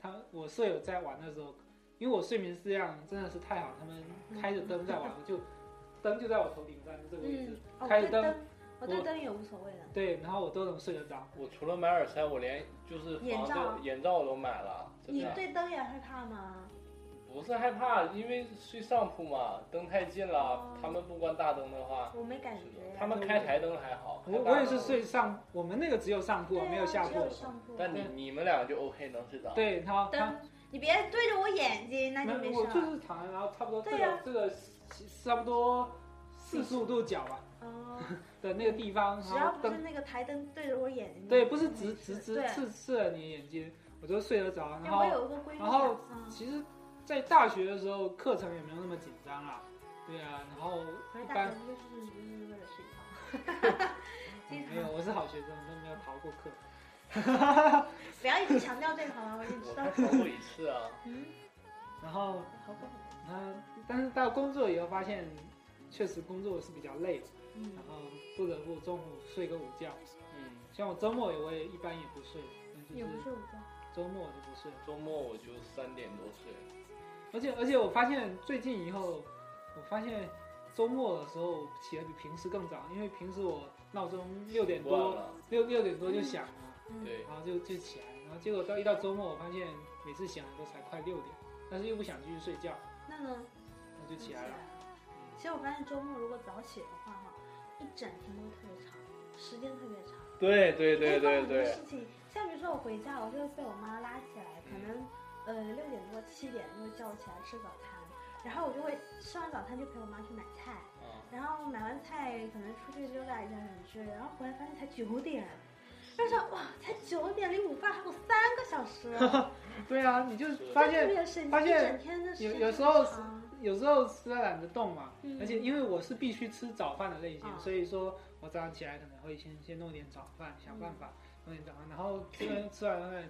Speaker 4: 他我舍友在玩的时候，因为我睡眠质量真的是太好，他们开着灯在玩，我就灯就在我头顶上就这个位置
Speaker 3: 嗯，，哦我
Speaker 4: 开
Speaker 3: 对
Speaker 4: 着灯
Speaker 3: 灯，我对
Speaker 4: 我
Speaker 3: 灯也无所谓的。
Speaker 4: 对，然后我都能睡得着。
Speaker 2: 我除了买耳塞，我连就是
Speaker 3: 眼
Speaker 2: 防
Speaker 3: 罩
Speaker 2: 这眼罩我都买了，真
Speaker 3: 你
Speaker 2: 的
Speaker 3: 对灯也害怕吗？
Speaker 2: 不不是害怕，因为睡上铺嘛，灯太近了，他们不关大灯的话，
Speaker 3: 我没哦感觉
Speaker 2: 是的，。他们开台灯还好。
Speaker 4: 我
Speaker 2: 开大
Speaker 4: 我
Speaker 2: 灯
Speaker 4: 也是睡上，我们那个只有上铺，
Speaker 3: 对啊
Speaker 4: 没有下
Speaker 3: 只
Speaker 4: 铺
Speaker 3: 有。上铺
Speaker 2: 但你你们俩就 OK 能睡着。，
Speaker 4: 对他他
Speaker 3: 灯，你别对着我眼睛，那
Speaker 4: 没
Speaker 3: 就没
Speaker 4: 有，
Speaker 3: 事
Speaker 4: 我就
Speaker 3: 了。
Speaker 4: 是躺，然后差不多这
Speaker 3: 对
Speaker 4: 个
Speaker 3: 啊
Speaker 4: 这个差不多四十五度角吧
Speaker 3: 哦，
Speaker 4: 的那个地方，
Speaker 3: 只
Speaker 4: 然
Speaker 3: 要
Speaker 4: 后
Speaker 3: 不是
Speaker 4: 灯
Speaker 3: 那个台灯对着我眼睛，
Speaker 4: 对不是
Speaker 3: 没
Speaker 4: 直
Speaker 3: 事
Speaker 4: 直直
Speaker 3: 对
Speaker 4: 刺刺了你眼睛，我就睡得着。然
Speaker 3: 哎，我
Speaker 4: 后
Speaker 3: 有一个闺蜜，
Speaker 4: 然后
Speaker 3: 嗯，
Speaker 4: 其实，在大学的时候课程也没有那么紧张啊，对啊，然后
Speaker 3: 可
Speaker 4: 一
Speaker 3: 是大
Speaker 4: 般
Speaker 3: 学不就是你就是为了睡觉， 经
Speaker 4: 没有，
Speaker 3: 常
Speaker 4: 我是好学生，都没有逃过课。
Speaker 3: 不要一直强调这个好吗？我已经
Speaker 2: 我
Speaker 3: 知道
Speaker 2: 才。逃过一次啊。
Speaker 3: 嗯，
Speaker 4: 然后
Speaker 3: 好过分。
Speaker 4: 嗯，但是到工作以后发现，确实工作是比较累的，
Speaker 3: 嗯
Speaker 4: 然，后不得不中午睡个午觉。
Speaker 2: 嗯，
Speaker 4: 像我周末也我也一般也不睡，但
Speaker 3: 也
Speaker 4: 就
Speaker 3: 不
Speaker 4: 是
Speaker 3: 睡午觉。
Speaker 4: 周末我就不睡。
Speaker 2: 周末我就三点多睡。
Speaker 4: 而且而且我发现最近以后，我发现周末的时候起得比平时更早，因为平时我闹钟六点
Speaker 2: 习惯
Speaker 4: 多
Speaker 2: 了。
Speaker 4: 六六点多就响了，
Speaker 3: 嗯，
Speaker 2: 对，
Speaker 4: 然后就就起来，然后结果到一到周末，我发现每次醒来都才快六点，但是又不想继续睡觉，
Speaker 3: 那呢？
Speaker 4: 那就起来了。
Speaker 3: 嗯其实我发现周末如果早起的话，哈，一整天都会特别长，时间特别长。
Speaker 2: 对对
Speaker 3: 可
Speaker 2: 对
Speaker 3: 以做
Speaker 2: 对
Speaker 3: 很多
Speaker 2: 对，
Speaker 3: 事情，像比如说我回家，我就会被我妈拉起来，可能
Speaker 4: 嗯
Speaker 3: 呃六点多七点就会叫我起来吃早餐，然后我就会吃完早餐就陪我妈去买菜，
Speaker 2: 啊，
Speaker 3: 然后买完菜可能出去溜达一下什么之类的，然后回来发现才九点。但
Speaker 2: 啊
Speaker 3: 是哇，才九点，离午饭还有三个小时，
Speaker 4: 对啊，你就是发
Speaker 3: 特
Speaker 4: 现
Speaker 3: 别神奇，
Speaker 4: 发
Speaker 3: 一
Speaker 4: 现
Speaker 3: 整天的时
Speaker 4: 有
Speaker 3: 间
Speaker 4: 有
Speaker 3: 就
Speaker 4: 时候
Speaker 3: 很长
Speaker 4: 有时候实在懒得动嘛，
Speaker 3: 嗯
Speaker 4: 而且因为我是必须吃早饭的类型，
Speaker 3: 嗯
Speaker 4: 所以说我早上起来可能会先先弄点早饭，想办法
Speaker 3: 嗯
Speaker 4: 弄点早饭，然后这边吃完饭，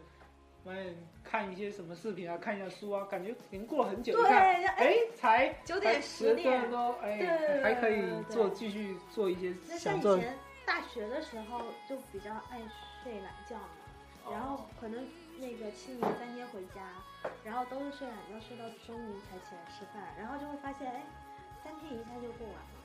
Speaker 4: 发现看一些什么视频啊，看一下书啊，感觉已经过了很久，一
Speaker 3: 对，
Speaker 4: 看
Speaker 3: 哎，
Speaker 4: 哎才
Speaker 3: 九点十点
Speaker 4: 点，多，
Speaker 3: 对对
Speaker 4: 哎
Speaker 3: 对
Speaker 4: 还可以
Speaker 3: 对对
Speaker 4: 做继续做一些
Speaker 3: 那像
Speaker 4: 想
Speaker 3: 以
Speaker 4: 做的
Speaker 3: 前大学的时候就比较爱睡懒觉嘛，然
Speaker 2: 哦
Speaker 3: 后可能那个清明三天回家，然后都是睡懒觉，睡到中午才起来吃饭，然后就会发现，哎，三天一下就过完了。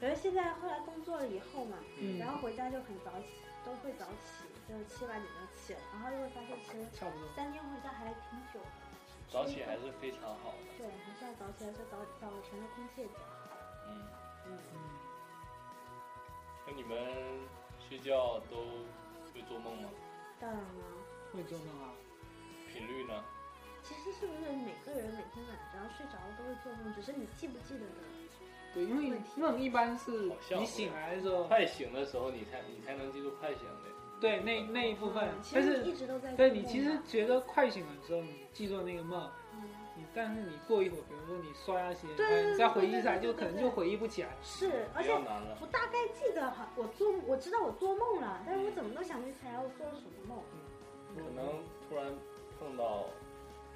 Speaker 3: 可是现在后来工作了以后嘛，
Speaker 4: 嗯
Speaker 3: 然后回家就很早起，都会早起，就是七八点就起了，然后就会发现其实
Speaker 4: 差不多。
Speaker 3: 三天回家还挺久的，
Speaker 2: 早起还是非常好的。
Speaker 3: 对，还是要早起来，就早早晨的空气也比较好。
Speaker 2: 嗯，
Speaker 3: 嗯，
Speaker 4: 嗯
Speaker 2: 那你们睡觉都会做梦吗？
Speaker 3: 当然了。
Speaker 4: 会做梦啊，
Speaker 2: 频率呢？
Speaker 3: 其实是不是每个人每天晚上只要睡着了都会做梦，只是你记不记得呢？
Speaker 4: 对，因为
Speaker 3: 问题
Speaker 4: 梦一般是
Speaker 2: 好像
Speaker 4: 你
Speaker 2: 会
Speaker 4: 醒来的时候，
Speaker 2: 快醒的时候你才你才能记住快醒的。
Speaker 4: 对那那一部分
Speaker 3: 嗯，其
Speaker 4: 但
Speaker 3: 实
Speaker 4: 是
Speaker 3: 你一直都在做梦嘛。
Speaker 4: 对你其实觉得快醒了之后，你记住那个梦，
Speaker 3: 嗯
Speaker 4: 你但是你过一会儿，比如说你刷牙洗脸，
Speaker 3: 对对对
Speaker 4: 你再回忆起来，
Speaker 3: 对对
Speaker 4: 就
Speaker 3: 对
Speaker 4: 可能
Speaker 3: 对
Speaker 4: 就回忆不起来了。
Speaker 3: 是，而
Speaker 2: 比
Speaker 3: 且
Speaker 2: 较难了。
Speaker 3: 我大概记得哈，我做我知道我做梦了，但是我怎么都想不起来我做了什么梦。
Speaker 4: 嗯
Speaker 2: 可能突然碰到，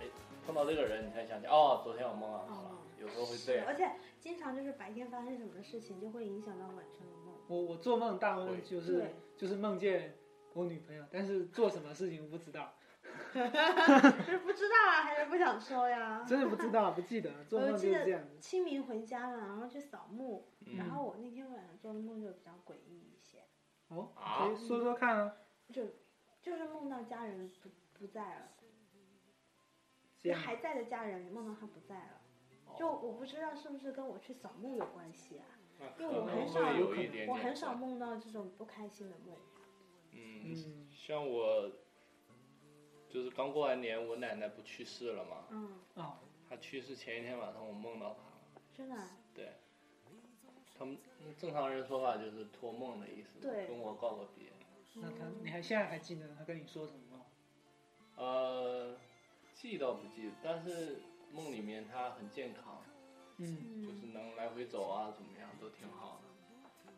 Speaker 2: 哎，碰到这个人，你才想起哦，昨天我梦到他了
Speaker 3: 哦。
Speaker 2: 有时候会这样。
Speaker 3: 而且经常就是白天发生什么事情就会影响到晚上的梦。
Speaker 4: 我我做梦大部分
Speaker 2: 会
Speaker 4: 就是
Speaker 3: 对，
Speaker 4: 就是梦见我女朋友，但是做什么事情不知道，
Speaker 3: 就是不知道啊，还是不想说呀。
Speaker 4: 真的不知道，不记得，做梦就是这样子。
Speaker 3: 清明回家嘛，然后去扫墓，然
Speaker 2: 嗯，
Speaker 3: 后我那天晚上做的梦就比较诡异一些。
Speaker 4: 哦，
Speaker 2: 啊
Speaker 4: 可以说说看啊，
Speaker 3: 就就是梦到家人不不在了，
Speaker 4: 这
Speaker 3: 就
Speaker 4: 样
Speaker 3: 还在的家人梦到他不在了，
Speaker 4: 哦
Speaker 3: 就我不知道是不是跟我去扫墓有关系啊？
Speaker 2: 那
Speaker 3: 因
Speaker 2: 可
Speaker 3: 为我
Speaker 2: 能
Speaker 3: 很少
Speaker 2: 会有一点点。
Speaker 3: 我很少。梦到这种不开心的梦。
Speaker 2: 嗯，
Speaker 4: 嗯，
Speaker 2: 像我，就是刚过完年，我奶奶不去世了嘛？
Speaker 3: 嗯，
Speaker 4: 哦，
Speaker 2: 她去世前一天晚上，我梦到她了。
Speaker 3: 真的啊，
Speaker 2: 对，他们嗯正常人说法就是托梦的意思嘛，
Speaker 3: 对
Speaker 2: 跟我告个别。
Speaker 4: 那他
Speaker 3: 嗯
Speaker 4: 你还现在还记得他跟你说什么吗？
Speaker 2: 呃，记倒不记，但是梦里面她很健康，
Speaker 4: 嗯，
Speaker 2: 就
Speaker 3: 嗯
Speaker 2: 是能来回走啊，怎么样都挺好的，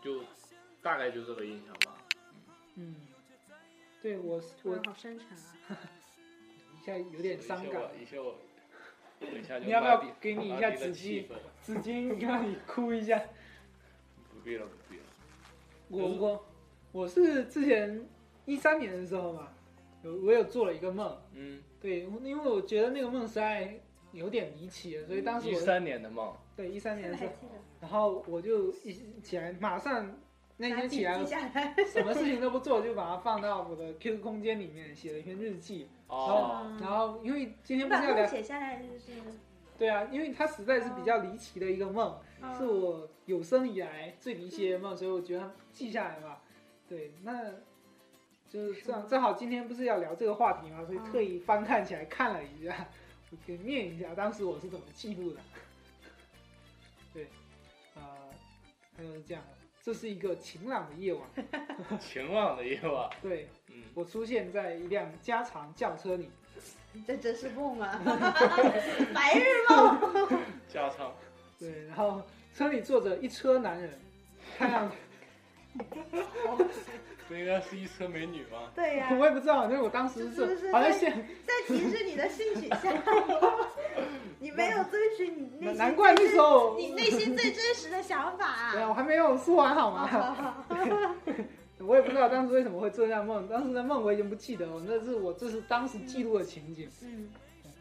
Speaker 2: 就大概就这个印象吧。
Speaker 4: 嗯，对我
Speaker 3: 突
Speaker 4: 我
Speaker 3: 然好深沉啊！
Speaker 4: 一下有点伤感，
Speaker 2: 一些我，一些我，我一下就
Speaker 4: 你要不要
Speaker 2: 拉低
Speaker 4: 给你一
Speaker 2: 拉
Speaker 4: 下
Speaker 2: 低了
Speaker 4: 纸
Speaker 2: 气
Speaker 4: 巾？
Speaker 2: 氛？
Speaker 4: 纸巾，让你哭一下。
Speaker 2: 不必了，不必了。
Speaker 4: 我
Speaker 2: 就是
Speaker 4: 我我是之前一三年的时候嘛，有我有做了一个梦，
Speaker 2: 嗯，
Speaker 4: 对，因为我觉得那个梦实在有点离奇了，所以当
Speaker 3: 嗯
Speaker 4: 时
Speaker 2: 一
Speaker 4: 我
Speaker 2: 三年的梦，
Speaker 4: 对一三年的
Speaker 3: 现在
Speaker 4: 时
Speaker 3: 还
Speaker 4: 候，
Speaker 3: 记得，
Speaker 4: 然后我就一起来马上那
Speaker 3: 拿
Speaker 4: 天
Speaker 3: 笔
Speaker 4: 起来
Speaker 3: 记下来，
Speaker 4: 什么事情都不做，就把它放到我的 QQ 空间里面，写了一篇日记。
Speaker 2: 哦，
Speaker 3: 嗯
Speaker 4: 然后因为今天不
Speaker 3: 把
Speaker 4: 是要
Speaker 3: 梦
Speaker 4: 聊，
Speaker 3: 写下来就是，
Speaker 4: 对啊，因为它实在是比较离奇的一个梦，
Speaker 3: 嗯
Speaker 4: 是我有生以来最离奇的梦，所以我觉得记下来嘛。对，那就是正正好今天不是要聊这个话题嘛，所以特意翻看起来看了一
Speaker 3: 嗯
Speaker 4: 下，我给念一下当时我是怎么记录的。 对，啊、它就是这样的。这是一个晴朗的 夜晚，
Speaker 2: 晴朗的夜晚，
Speaker 4: 对
Speaker 2: 嗯，
Speaker 4: 我出现在一辆加长轿车里，
Speaker 3: 这真是梦 啊，白日梦。
Speaker 2: 加长，
Speaker 4: 对，然后车里坐着一车男 人，看样子
Speaker 2: 不应该是一车美女吗？
Speaker 3: 对呀、
Speaker 4: 我也不知道，因为我当时
Speaker 3: 是不是
Speaker 4: 好像现
Speaker 3: 在歧视你的性取向，你没有遵循你内
Speaker 4: 难
Speaker 3: 心
Speaker 4: 难怪那时候
Speaker 3: 你内心最真实的想法、
Speaker 4: 没有，我还没有说完好吗？
Speaker 3: 啊。
Speaker 4: 我也不知道当时为什么会做那样梦，当时的梦我已经不记得了，那是我这是当时记录的情景，
Speaker 3: 嗯，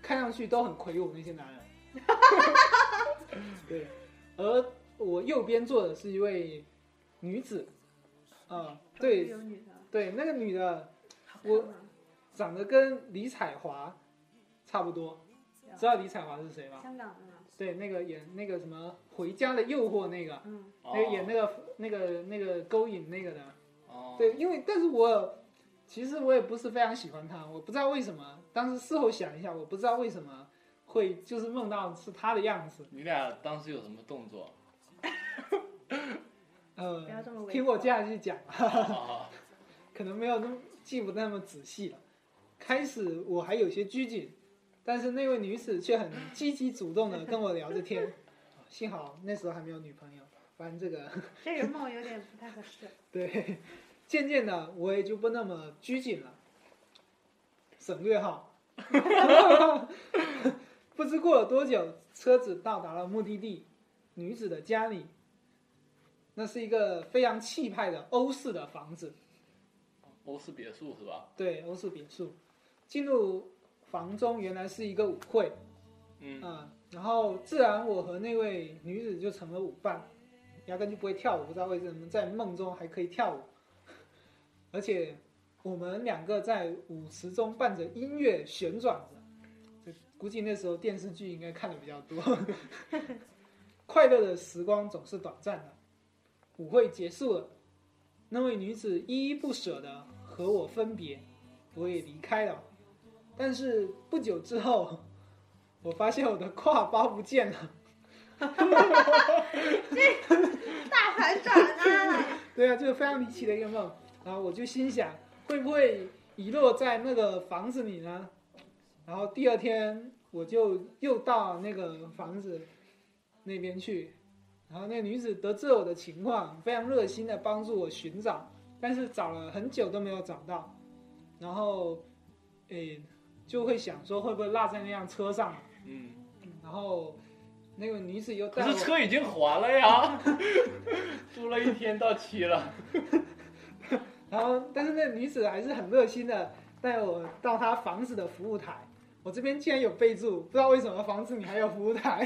Speaker 4: 看上去都很魁梧那些男人。 对，而我右边坐的是一位女子，啊、
Speaker 3: 终于
Speaker 4: 对
Speaker 3: 有女的了，
Speaker 4: 对，那个女的
Speaker 3: 好看
Speaker 4: 我
Speaker 3: 吗
Speaker 4: 长得跟李彩华差不多，知道李彩华是谁吗？
Speaker 3: 香港的吗？
Speaker 4: 对，那个演那个什么《回家的诱惑》那个，
Speaker 3: 嗯，
Speaker 2: 哦
Speaker 4: 那个演那个那个那个勾引那个的。
Speaker 2: 哦，
Speaker 4: 对，因为但是我其实我也不是非常喜欢他，我不知道为什么。当时事后想一下，我不知道为什么会就是梦到是他的样子。
Speaker 2: 你俩当时有什么动作？
Speaker 4: 呃
Speaker 3: 不要这么猥，哦琐
Speaker 4: 听我接下去讲，
Speaker 2: 啊，
Speaker 4: 可能没有那么记不那么仔细了。开始我还有些拘谨，但是那位女子却很积极主动的跟我聊着 天。幸好那时候还没有女朋友，不然这个
Speaker 3: 这个梦有点不太合适。
Speaker 4: 对，渐渐的我也就不那么拘谨了，省略号。 不知过了多久，车子到达了目的地，女子的家里。那是一个非常气派的欧式的房子，
Speaker 2: 欧式别墅是吧？
Speaker 4: 对，欧式别墅。进入房中，原来是一个舞会，
Speaker 2: 嗯，
Speaker 4: 嗯，然后自然我和那位女子就成了舞伴，压根就不会跳舞，不知道为什么在梦中还可以跳舞，而且我们两个在舞池中伴着音乐旋转着，这估计那时候电视剧应该看的比较多。快乐的时光总是短暂的，舞会结束了，那位女子依依不舍的和我分别，我也离开了，但是不久之后。我发现我的挎包不见了。
Speaker 3: 大反转啊！
Speaker 4: 对啊，就是非常离奇的一个梦。然后我就心想，会不会遗落在那个房子里呢？然后第二天我就又到那个房子那边去，然后那个女子得知我的情况，非常热心的帮助我寻找，但是找了很久都没有找到。然后，诶，就会想说会不会落在那辆车上？
Speaker 2: 嗯，
Speaker 4: 然后那个女子又
Speaker 2: 可
Speaker 4: 带我
Speaker 2: 是车已经还了呀， 租了一天到期了。
Speaker 4: 然后，但是那女子还是很热心的带我到她房子的服务台。我这边竟然有备注，不知道为什么房子里还有服务台，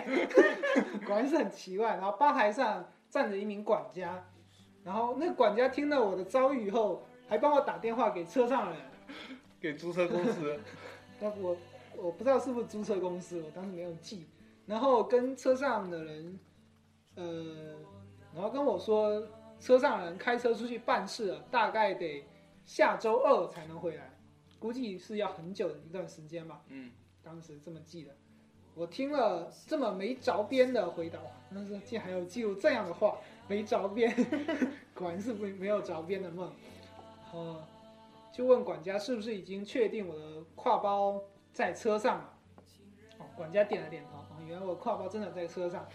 Speaker 4: 果然是很奇怪。然后吧台上站着一名管家，然后那管家听了我的遭遇以后，还帮我打电话给车上的人。
Speaker 2: 给租车公司，
Speaker 4: 那我我不知道是不是租车公司，我当时没有记。然后跟车上的人，呃，然后跟我说，车上的人开车出去办事了，大概得下周二才能回来，估计是要很久的一段时间吧。
Speaker 2: 嗯，
Speaker 4: 当时这么记的。我听了这么没着边的回答，但是竟然还有记录这样的话，没着边， 果然是没没有着边的梦。呃，就问管家是不是已经确定我的挎包在车上了。哦，管家点了点头，哦，原来我挎包真的在车上。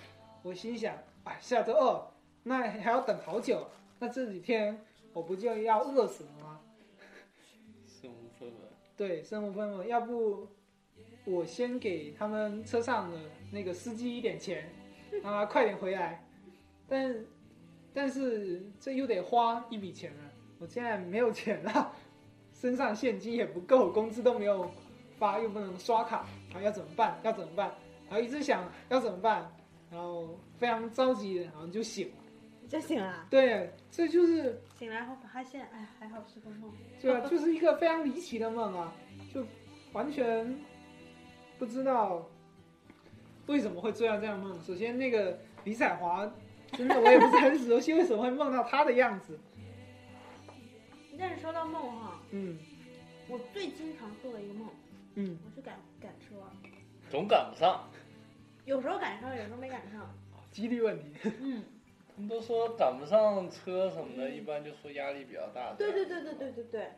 Speaker 4: 我心想，哎，下周二，那还要等好久，那这几天我不就要饿死了吗？
Speaker 2: 身无分文。
Speaker 4: 对，身无分文，要不我先给他们车上的那个司机一点钱，让他快点回来。但但是这又得花一笔钱了，我现在没有钱了，身上现金也不够，工资都没有发，又不能刷卡，然后要怎么办？要怎么办？然后一直想要怎么办，然后非常着急，然后就醒了。
Speaker 3: 就醒了，
Speaker 4: 对，这就是
Speaker 3: 醒了然后发现，哎，还好是个梦。
Speaker 4: 对吧？就是一个非常离奇的梦啊，就完全不知道为什么会做到这样的梦。首先，那个李彩华，真的我也不是很熟悉，为 什么会梦到她的样子？
Speaker 3: 但是说到梦哈，
Speaker 4: 嗯
Speaker 3: 我最经常做的一个梦，
Speaker 4: 嗯，
Speaker 3: 我是赶赶车，
Speaker 2: 总赶不上。
Speaker 3: 有时候赶上，有时候没赶上。
Speaker 4: 几率问题。
Speaker 3: 嗯，
Speaker 2: 他们都说赶不上车什么的，一般就说压力比较大。
Speaker 3: 对对对对对对对。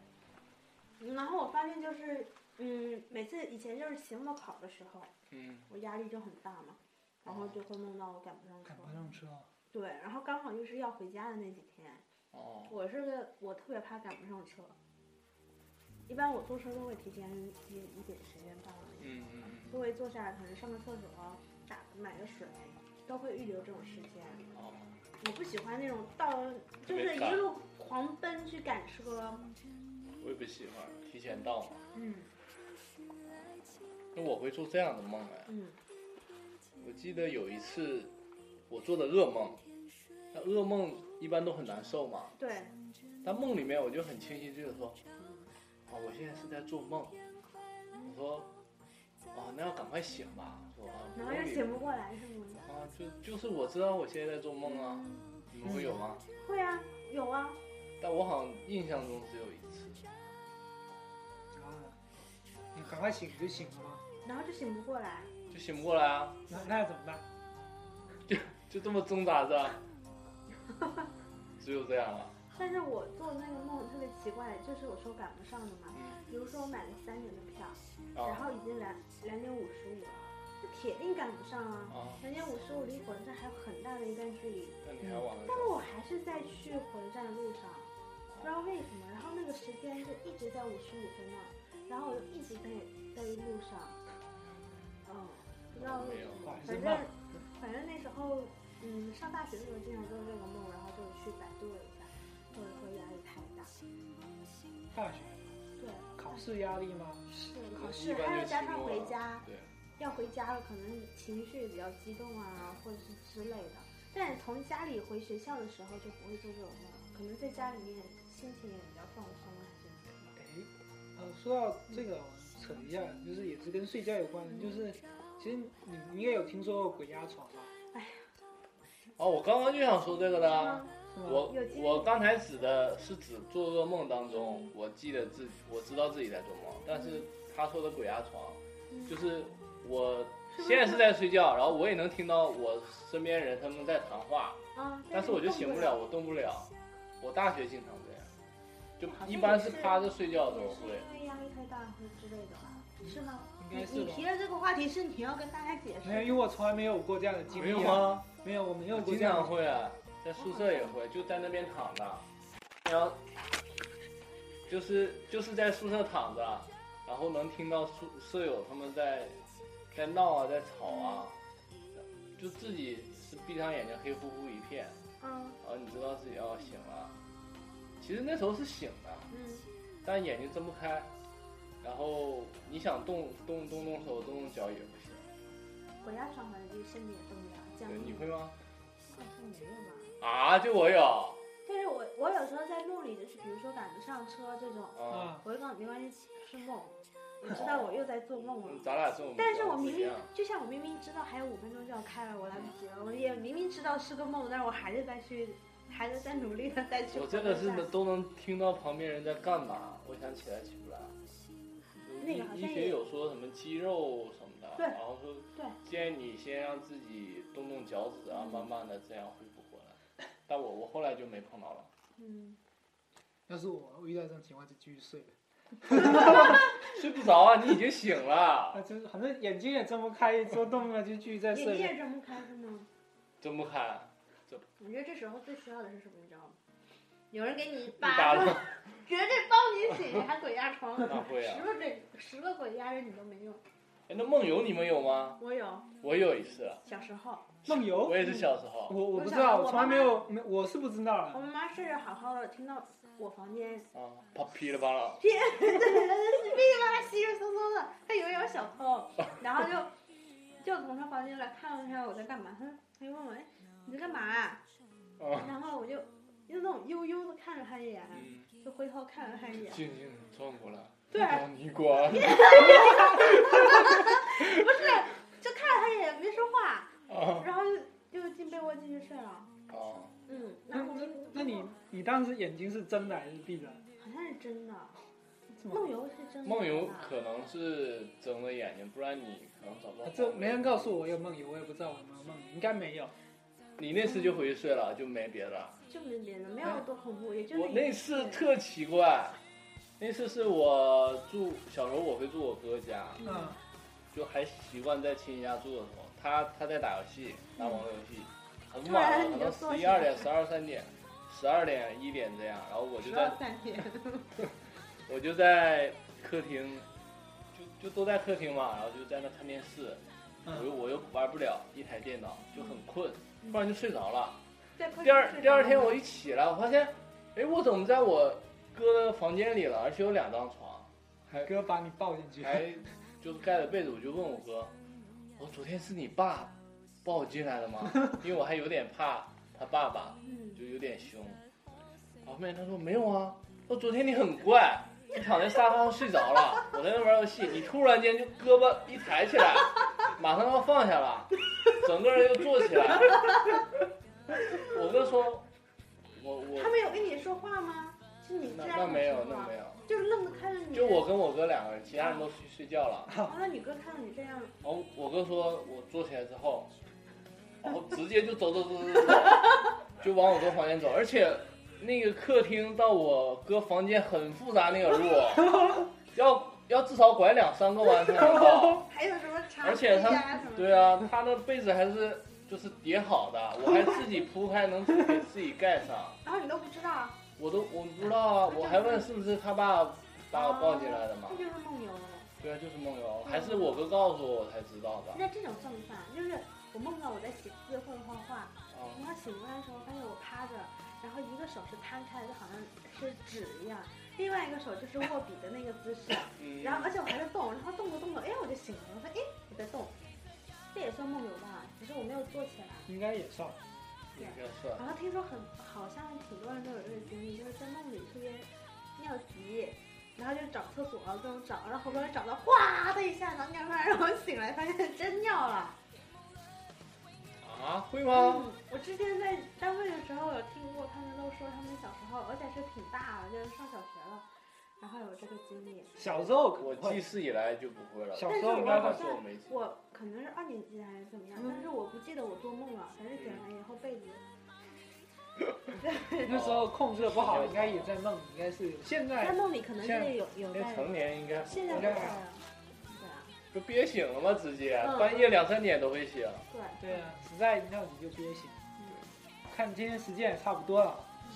Speaker 3: 然后我发现就是，嗯，每次以前就是期末考的时候，
Speaker 2: 嗯，
Speaker 3: 我压力就很大嘛，然后就会梦到我赶不上车
Speaker 4: 赶。不上车，
Speaker 3: 对，然后刚好又是要回家的那几天，
Speaker 2: 哦，
Speaker 3: 我是个我特别怕赶不上车。一般我坐车都会提前一一点时间到，
Speaker 2: 嗯嗯嗯，
Speaker 3: 都会坐下来，可能上个厕所，打买个水，都会预留这种时间。
Speaker 2: 哦，
Speaker 3: 我不喜欢那种到就是一路狂奔去赶车。
Speaker 2: 我也不喜欢提前到嘛，
Speaker 3: 嗯
Speaker 2: 那我会做这样的梦哎。
Speaker 3: 嗯
Speaker 2: 我记得有一次我做的噩梦，那噩梦一般都很难受嘛，
Speaker 3: 对，
Speaker 2: 但梦里面我就很清晰，就是说，啊，我现在是在做梦。我说，哦，那要赶快醒吧。我说啊，
Speaker 3: 然后又
Speaker 2: 梦里
Speaker 3: 醒不过来是吗？
Speaker 2: 啊，就就是我知道我现在在做梦啊，你们会有吗？
Speaker 3: 会啊，有啊，
Speaker 2: 但我好像印象中只有一次。
Speaker 4: 啊，你赶快醒就醒了吗？
Speaker 3: 然后就醒不过来。
Speaker 2: 就醒不过来啊，
Speaker 4: 那那怎么办？
Speaker 2: 就这么挣扎着，只有这样了。啊
Speaker 3: 但是我做那个梦特别奇怪，就是我说赶不上的嘛。
Speaker 2: 嗯，
Speaker 3: 比如说我买了三点的票，然
Speaker 2: 啊
Speaker 3: 后已经两两点五十五了，那铁定赶不上啊。
Speaker 2: 啊，
Speaker 3: 两点五十五离火车站还有很大的一段距离，
Speaker 2: 那你还往那
Speaker 3: 但
Speaker 2: 走？
Speaker 3: 我还是在去火车站的路上，不知道为什么，然后那个时间就一直在五十五分那，然后我就一直在在路上，嗯，不知道为什么，
Speaker 4: 还是
Speaker 3: 反
Speaker 4: 梦
Speaker 3: 正反正那时候，嗯，上大学的时候经常做这个梦，然后就去百度了一下，或者说压力太大，
Speaker 4: 大学
Speaker 3: 对，
Speaker 4: 考试压力吗？
Speaker 3: 是考
Speaker 2: 一
Speaker 3: 试，
Speaker 2: 般
Speaker 3: 还有
Speaker 2: 就
Speaker 3: 加
Speaker 2: 期
Speaker 3: 上
Speaker 2: 末
Speaker 3: 回
Speaker 2: 了
Speaker 3: 家，
Speaker 2: 对，
Speaker 3: 要回家了，可能情绪也比较激动啊，或者是之类的。但是从家里回学校的时候就不会做这种梦，了，可能在家里面心情也比较放松，还是怎么
Speaker 4: 哎，呃，
Speaker 3: 样？
Speaker 4: 说到这个，我扯一下，就是也是跟睡觉有关的，就是其实你你应该有听说过鬼压床吧？
Speaker 2: 哦，我刚刚就想说这个的啊。
Speaker 4: 是吗？
Speaker 2: 我
Speaker 3: 嗯有经历
Speaker 2: 我刚才指的是指做噩梦当中，我记得自己我知道自己在做梦，但是他说的鬼压床，
Speaker 3: 嗯
Speaker 2: 就是我
Speaker 3: 是不是
Speaker 2: 现在是在睡觉，然后我也能听到我身边人他们在谈话，
Speaker 3: 啊，
Speaker 2: 但是我就醒不了，，我动不了。我大学经常这样，就一般是趴着睡觉的时
Speaker 3: 也
Speaker 2: 候
Speaker 3: 是
Speaker 2: 会。
Speaker 3: 因为压力太大或之类的吧？是吗？
Speaker 4: 应
Speaker 3: 你
Speaker 4: 该是
Speaker 3: 你
Speaker 4: 吧
Speaker 3: 提。了这个话题是你要跟大家解释
Speaker 4: 没有，因为我从来没有过这样的经
Speaker 2: 没
Speaker 4: 历、
Speaker 2: 有
Speaker 4: 啊。
Speaker 2: 吗？
Speaker 4: 没有，我没有
Speaker 2: 我
Speaker 4: 过
Speaker 2: 经
Speaker 4: 这样
Speaker 2: 常
Speaker 4: 的。
Speaker 2: 会啊，在宿舍也会，就在那边躺着，然后就是就是在宿舍躺着，然后能听到宿舍友他们在在闹啊，在吵啊，就自己是闭上眼睛黑乎乎一片，
Speaker 3: 嗯
Speaker 2: 然后你知道自己要醒了，其实那时候是醒的，
Speaker 3: 嗯
Speaker 2: 但眼睛睁不开，然后你想动动动动手动动脚也不行，
Speaker 3: 鬼压床好像就是身体也动不了，这样
Speaker 2: 对，你会吗？
Speaker 3: 好像没有吧？
Speaker 2: 啊，就我有，
Speaker 3: 但是我我有时候在梦里就是，比如说赶不上车这种，
Speaker 2: 啊。
Speaker 4: 啊，
Speaker 3: 我就告诉你没关系，是梦，我知道我又在做梦了。
Speaker 2: 咱俩这种，
Speaker 3: 但是我明明
Speaker 2: 嗯
Speaker 3: 就像我明明知道还有五分钟就要开了，我来不及了，我也明明知道是个梦，但是我还是在去，还是在努力的再去。
Speaker 2: 我真的是能都能听到旁边人在干嘛，我想起来起不来。
Speaker 3: 那个好像
Speaker 2: 医医学有说什么肌肉什么的，
Speaker 3: 对
Speaker 2: 然后说
Speaker 3: 对嗯
Speaker 2: 建议你先让自己动动脚趾啊，慢慢的这样恢复过来。但我我后来就没碰到了，
Speaker 3: 嗯，
Speaker 4: 要是我我遇到这种情况就继续睡了。
Speaker 2: 睡不着啊，你已经醒
Speaker 4: 啊，
Speaker 2: 了，
Speaker 4: 就是反正眼睛也睁不开，做动了就继续在
Speaker 3: 眼睛
Speaker 4: 睡呗。
Speaker 3: 也睁不开是吗？
Speaker 2: 睁不开，
Speaker 3: 我觉得这时候最需要的是什么，你知道吗？有人给你一
Speaker 2: 一
Speaker 3: 巴
Speaker 2: 巴
Speaker 3: 掌，
Speaker 2: 掌
Speaker 3: 绝对帮你醒，还鬼压床，
Speaker 2: 那会 啊
Speaker 3: 十。个鬼十个鬼压着你都没用。
Speaker 2: 哎，那梦游你们有吗？
Speaker 3: 我有
Speaker 2: 我有一次，
Speaker 3: 小时候，
Speaker 4: 梦游
Speaker 2: 我，也是小时候
Speaker 4: 我我不知
Speaker 3: 我想
Speaker 4: 道，
Speaker 3: 啊我
Speaker 4: 我从来
Speaker 3: 妈妈
Speaker 4: 没有没我是不知道啊
Speaker 3: 我
Speaker 4: 了。
Speaker 3: 妈妈睡着好好的，听到我房间
Speaker 2: 啊，啪噼里啪啦，
Speaker 3: 对对对，噼里啪啦稀里嗖嗖的，他以为有小 偷，然后就哎就从他房间来看了一下我在干嘛，他他就问我，哎，你在干嘛啊、
Speaker 2: 啊，
Speaker 3: 然后我就就那种悠悠的看了他一眼，
Speaker 2: 嗯，
Speaker 3: 就回头看了他一眼。
Speaker 2: 静静地转过来，
Speaker 3: 对，啊
Speaker 2: 你管，你
Speaker 3: 不是，就看了他一眼，没说话，
Speaker 2: 管 啊
Speaker 3: 然后就就进被窝继续睡了。
Speaker 2: 啊，
Speaker 3: 嗯，
Speaker 4: 那
Speaker 3: 然后我
Speaker 4: 那
Speaker 3: 们
Speaker 4: 那你你当时眼睛是睁的还是闭的？
Speaker 3: 好像是真的，
Speaker 4: 怎么
Speaker 3: 梦游是真的吧。
Speaker 2: 梦游可能是睁了眼睛，不然你可能早
Speaker 4: 啊
Speaker 2: 梦。
Speaker 4: 这没人告诉我有梦游，我也不知道我有没有梦游，应该没有。
Speaker 2: 你那次就回去睡了，就没别的了。
Speaker 3: 就没别的，没有多恐怖，也就
Speaker 2: 我
Speaker 3: 那
Speaker 2: 那次特奇怪，那次是我住小时候我会住我哥家，
Speaker 4: 嗯
Speaker 2: 就还习惯在亲戚家住的时候，他他在打游戏，打网络游戏，很
Speaker 3: 嗯突
Speaker 2: 晚
Speaker 3: 然
Speaker 2: 了，可
Speaker 3: 你
Speaker 2: 能
Speaker 3: 就
Speaker 2: 十
Speaker 3: 坐
Speaker 2: 一
Speaker 3: 下
Speaker 2: 二
Speaker 3: 了
Speaker 2: 点、十二三点、十二点一点这样，然后我就
Speaker 3: 十
Speaker 2: 在
Speaker 3: 二三天，
Speaker 2: 我就在客厅，就就都在客厅嘛，然后就在那看电视，我又
Speaker 4: 嗯，
Speaker 2: 我又玩不了一台电脑，就很困，不然就睡着了。
Speaker 3: 在客厅
Speaker 2: 第二
Speaker 3: 嗯睡着
Speaker 2: 第二天
Speaker 3: 了
Speaker 2: 我一起来，我发现，哎，我怎么在我哥的房间里了？而且有两张床，还
Speaker 4: 哥把你抱进去。
Speaker 2: 还就是盖着被子。我就问我哥，我昨天是你爸抱我进来的吗？因为我还有点怕他爸爸，
Speaker 3: 嗯，
Speaker 2: 就有点凶。然后后面他说没有啊，我昨天你很怪，你躺在沙发上睡着了，我在那玩游戏，你突然间就胳膊一抬起来，马上要放下了，整个人又坐起来。我哥说，我我
Speaker 3: 他们有跟你说话吗？是你
Speaker 2: 那
Speaker 3: 自然
Speaker 2: 那
Speaker 3: 地
Speaker 2: 没有
Speaker 3: 说
Speaker 2: 那
Speaker 3: 话
Speaker 2: 没有，
Speaker 3: 就是愣着看着你，
Speaker 2: 就我跟我哥两个人，其他人都去睡觉了。
Speaker 3: 哦，那你哥看到你这样，
Speaker 2: 然后我哥说，我坐起来之后，然后直接就走走走走走，就往我哥房间走，而且那个客厅到我哥房间很复杂那个路， 要要至少拐两三个弯才能到。
Speaker 3: 还哦有什么茶
Speaker 2: 而且他
Speaker 3: 杯呀什么的，
Speaker 2: 对啊，他的被子还是就是叠好的，我还自己铺开能自己自己盖上，
Speaker 3: 然后你都不知道，
Speaker 2: 我都我不知道啊，我还问是不是他爸把我抱进来的嘛
Speaker 3: 这？就是梦游。
Speaker 2: 对啊，就是梦游，还是我哥告诉我我才知道的。
Speaker 3: 那这种算不算？就是我梦到我在写字或者画画，
Speaker 2: 啊
Speaker 3: 我醒过来的时候发现我趴着，然后一个手是摊开的，就好像是纸一样，另外一个手就是握笔的那个 姿势，
Speaker 2: 嗯
Speaker 3: 然后而且我还在动，然后动着动着，哎，我就醒了，我说哎我在动，这也算梦游吧？只是我没有坐起来。
Speaker 4: 应该也算。
Speaker 2: 应该算。
Speaker 3: 然后听说很好像挺多人都有这个经历，就是在梦里特别尿急，然后就找厕所啊各种找，然后好不容易找到，哗的一下然后尿出来，然后醒来发现真尿了。
Speaker 2: 啊，会吗？
Speaker 3: 嗯，我之前在单位的时候有听过，他们都说他们小时候，而且是挺大了，就是上小学了，然后有这个经历。
Speaker 4: 小时候可
Speaker 2: 我
Speaker 4: 能
Speaker 2: 记
Speaker 4: 会，
Speaker 2: 事以来就不会了。
Speaker 4: 小
Speaker 3: 但
Speaker 4: 时
Speaker 3: 是
Speaker 4: 候
Speaker 3: 我
Speaker 4: 应
Speaker 2: 爸
Speaker 4: 该
Speaker 2: 爸
Speaker 4: 会
Speaker 3: 好
Speaker 2: 说我
Speaker 3: 像
Speaker 2: 没记，
Speaker 3: 我可能是二年级还是怎么样，但是我不记得我做梦了，反正醒来以后被子
Speaker 4: 那时候控制的不好，应该也在梦，应该是现
Speaker 3: 在
Speaker 4: 在
Speaker 3: 梦里可能
Speaker 4: 现在
Speaker 3: 是有有
Speaker 2: 那
Speaker 3: 在，
Speaker 2: 成年应该
Speaker 3: 现在不
Speaker 4: 应该
Speaker 3: 在
Speaker 4: 还
Speaker 3: 了，对啊。
Speaker 2: 就憋醒了吗？直接
Speaker 3: 嗯
Speaker 2: 半夜两三点都会醒。
Speaker 3: 对
Speaker 4: 对啊，实在尿你就憋醒。
Speaker 3: 嗯，
Speaker 4: 看今天时间也差不多了，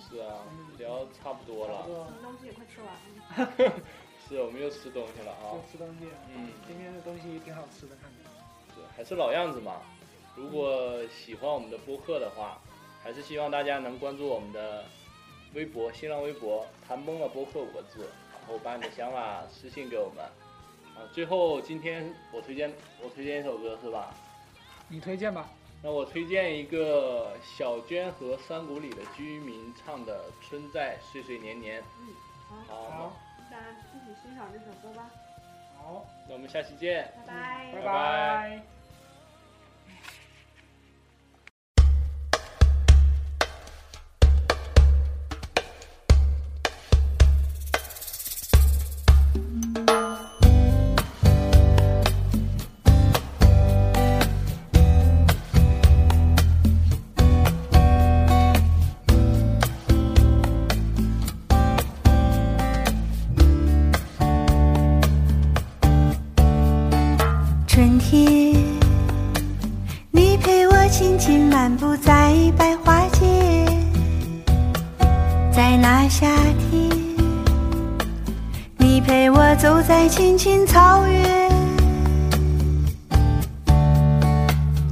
Speaker 2: 是啊
Speaker 4: 嗯，
Speaker 2: 聊差不多
Speaker 4: 差不
Speaker 2: 了。
Speaker 4: 多
Speaker 3: 你东西也快吃完了。
Speaker 2: 是我们又吃东西了啊
Speaker 4: 就。吃东西了。
Speaker 2: 嗯，
Speaker 4: 今天的东西挺好吃的，看着。
Speaker 2: 对，还是老样子嘛。如果喜欢我们的播客的话，还是希望大家能关注我们的微博、新浪微博“谈崩了播客”五个字，然后把你的想法私信给我们。啊，最后今天我推荐我推荐一首歌是吧？
Speaker 4: 你推荐吧。
Speaker 2: 那我推荐一个小娟和山谷里的居民唱的《春在岁岁年年》。
Speaker 3: 嗯，好，
Speaker 2: 好
Speaker 4: 好，，
Speaker 3: 大家一起欣赏这首歌吧，
Speaker 4: 好，
Speaker 2: 那我们下期见。
Speaker 3: 拜拜。
Speaker 4: 拜
Speaker 2: 拜拜
Speaker 4: 拜。
Speaker 5: 春天，你陪我轻轻漫步在百花街，在那夏天，你陪我走在青青草原。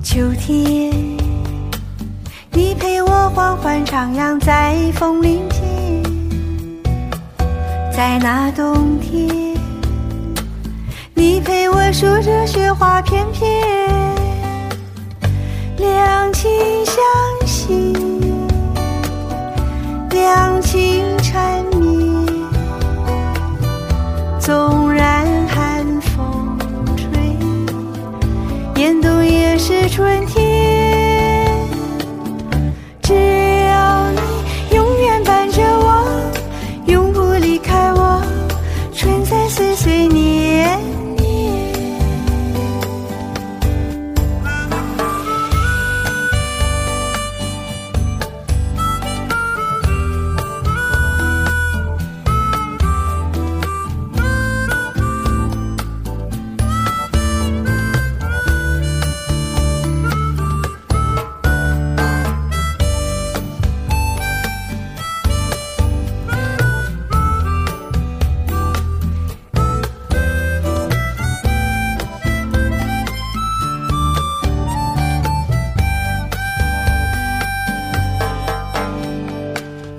Speaker 5: 秋天，你陪我缓缓徜徉在枫林间，在那冬天。你陪我数着雪花片片，两情相惜。纵然寒风吹，严冬也是春天。只要你永远伴着我，永不离开我，春在岁岁年年。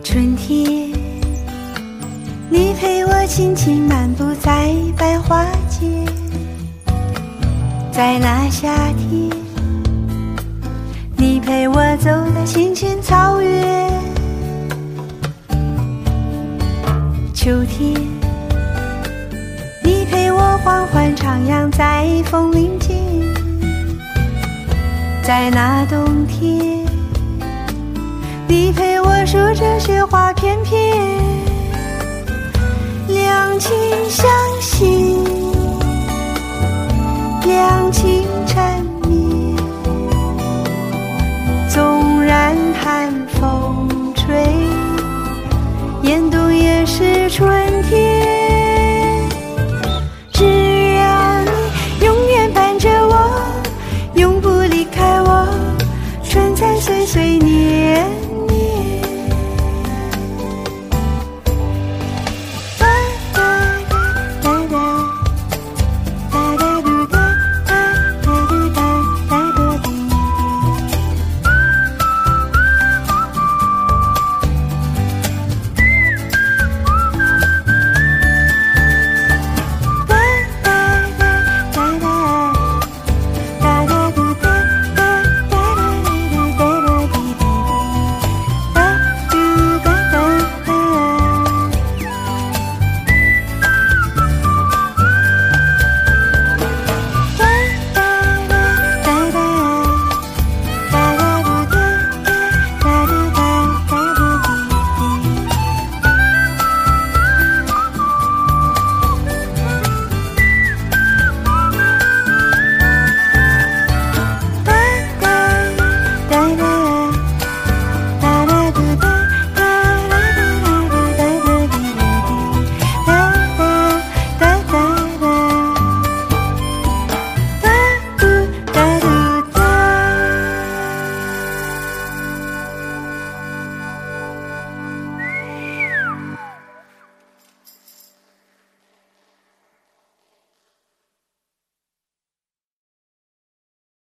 Speaker 5: 春天，你陪我轻轻漫步在百花街，在那夏天，你陪我走的青青草原。秋天，你陪我缓缓徜徉在枫林间，在那冬天。你陪我数着雪花片片，两情相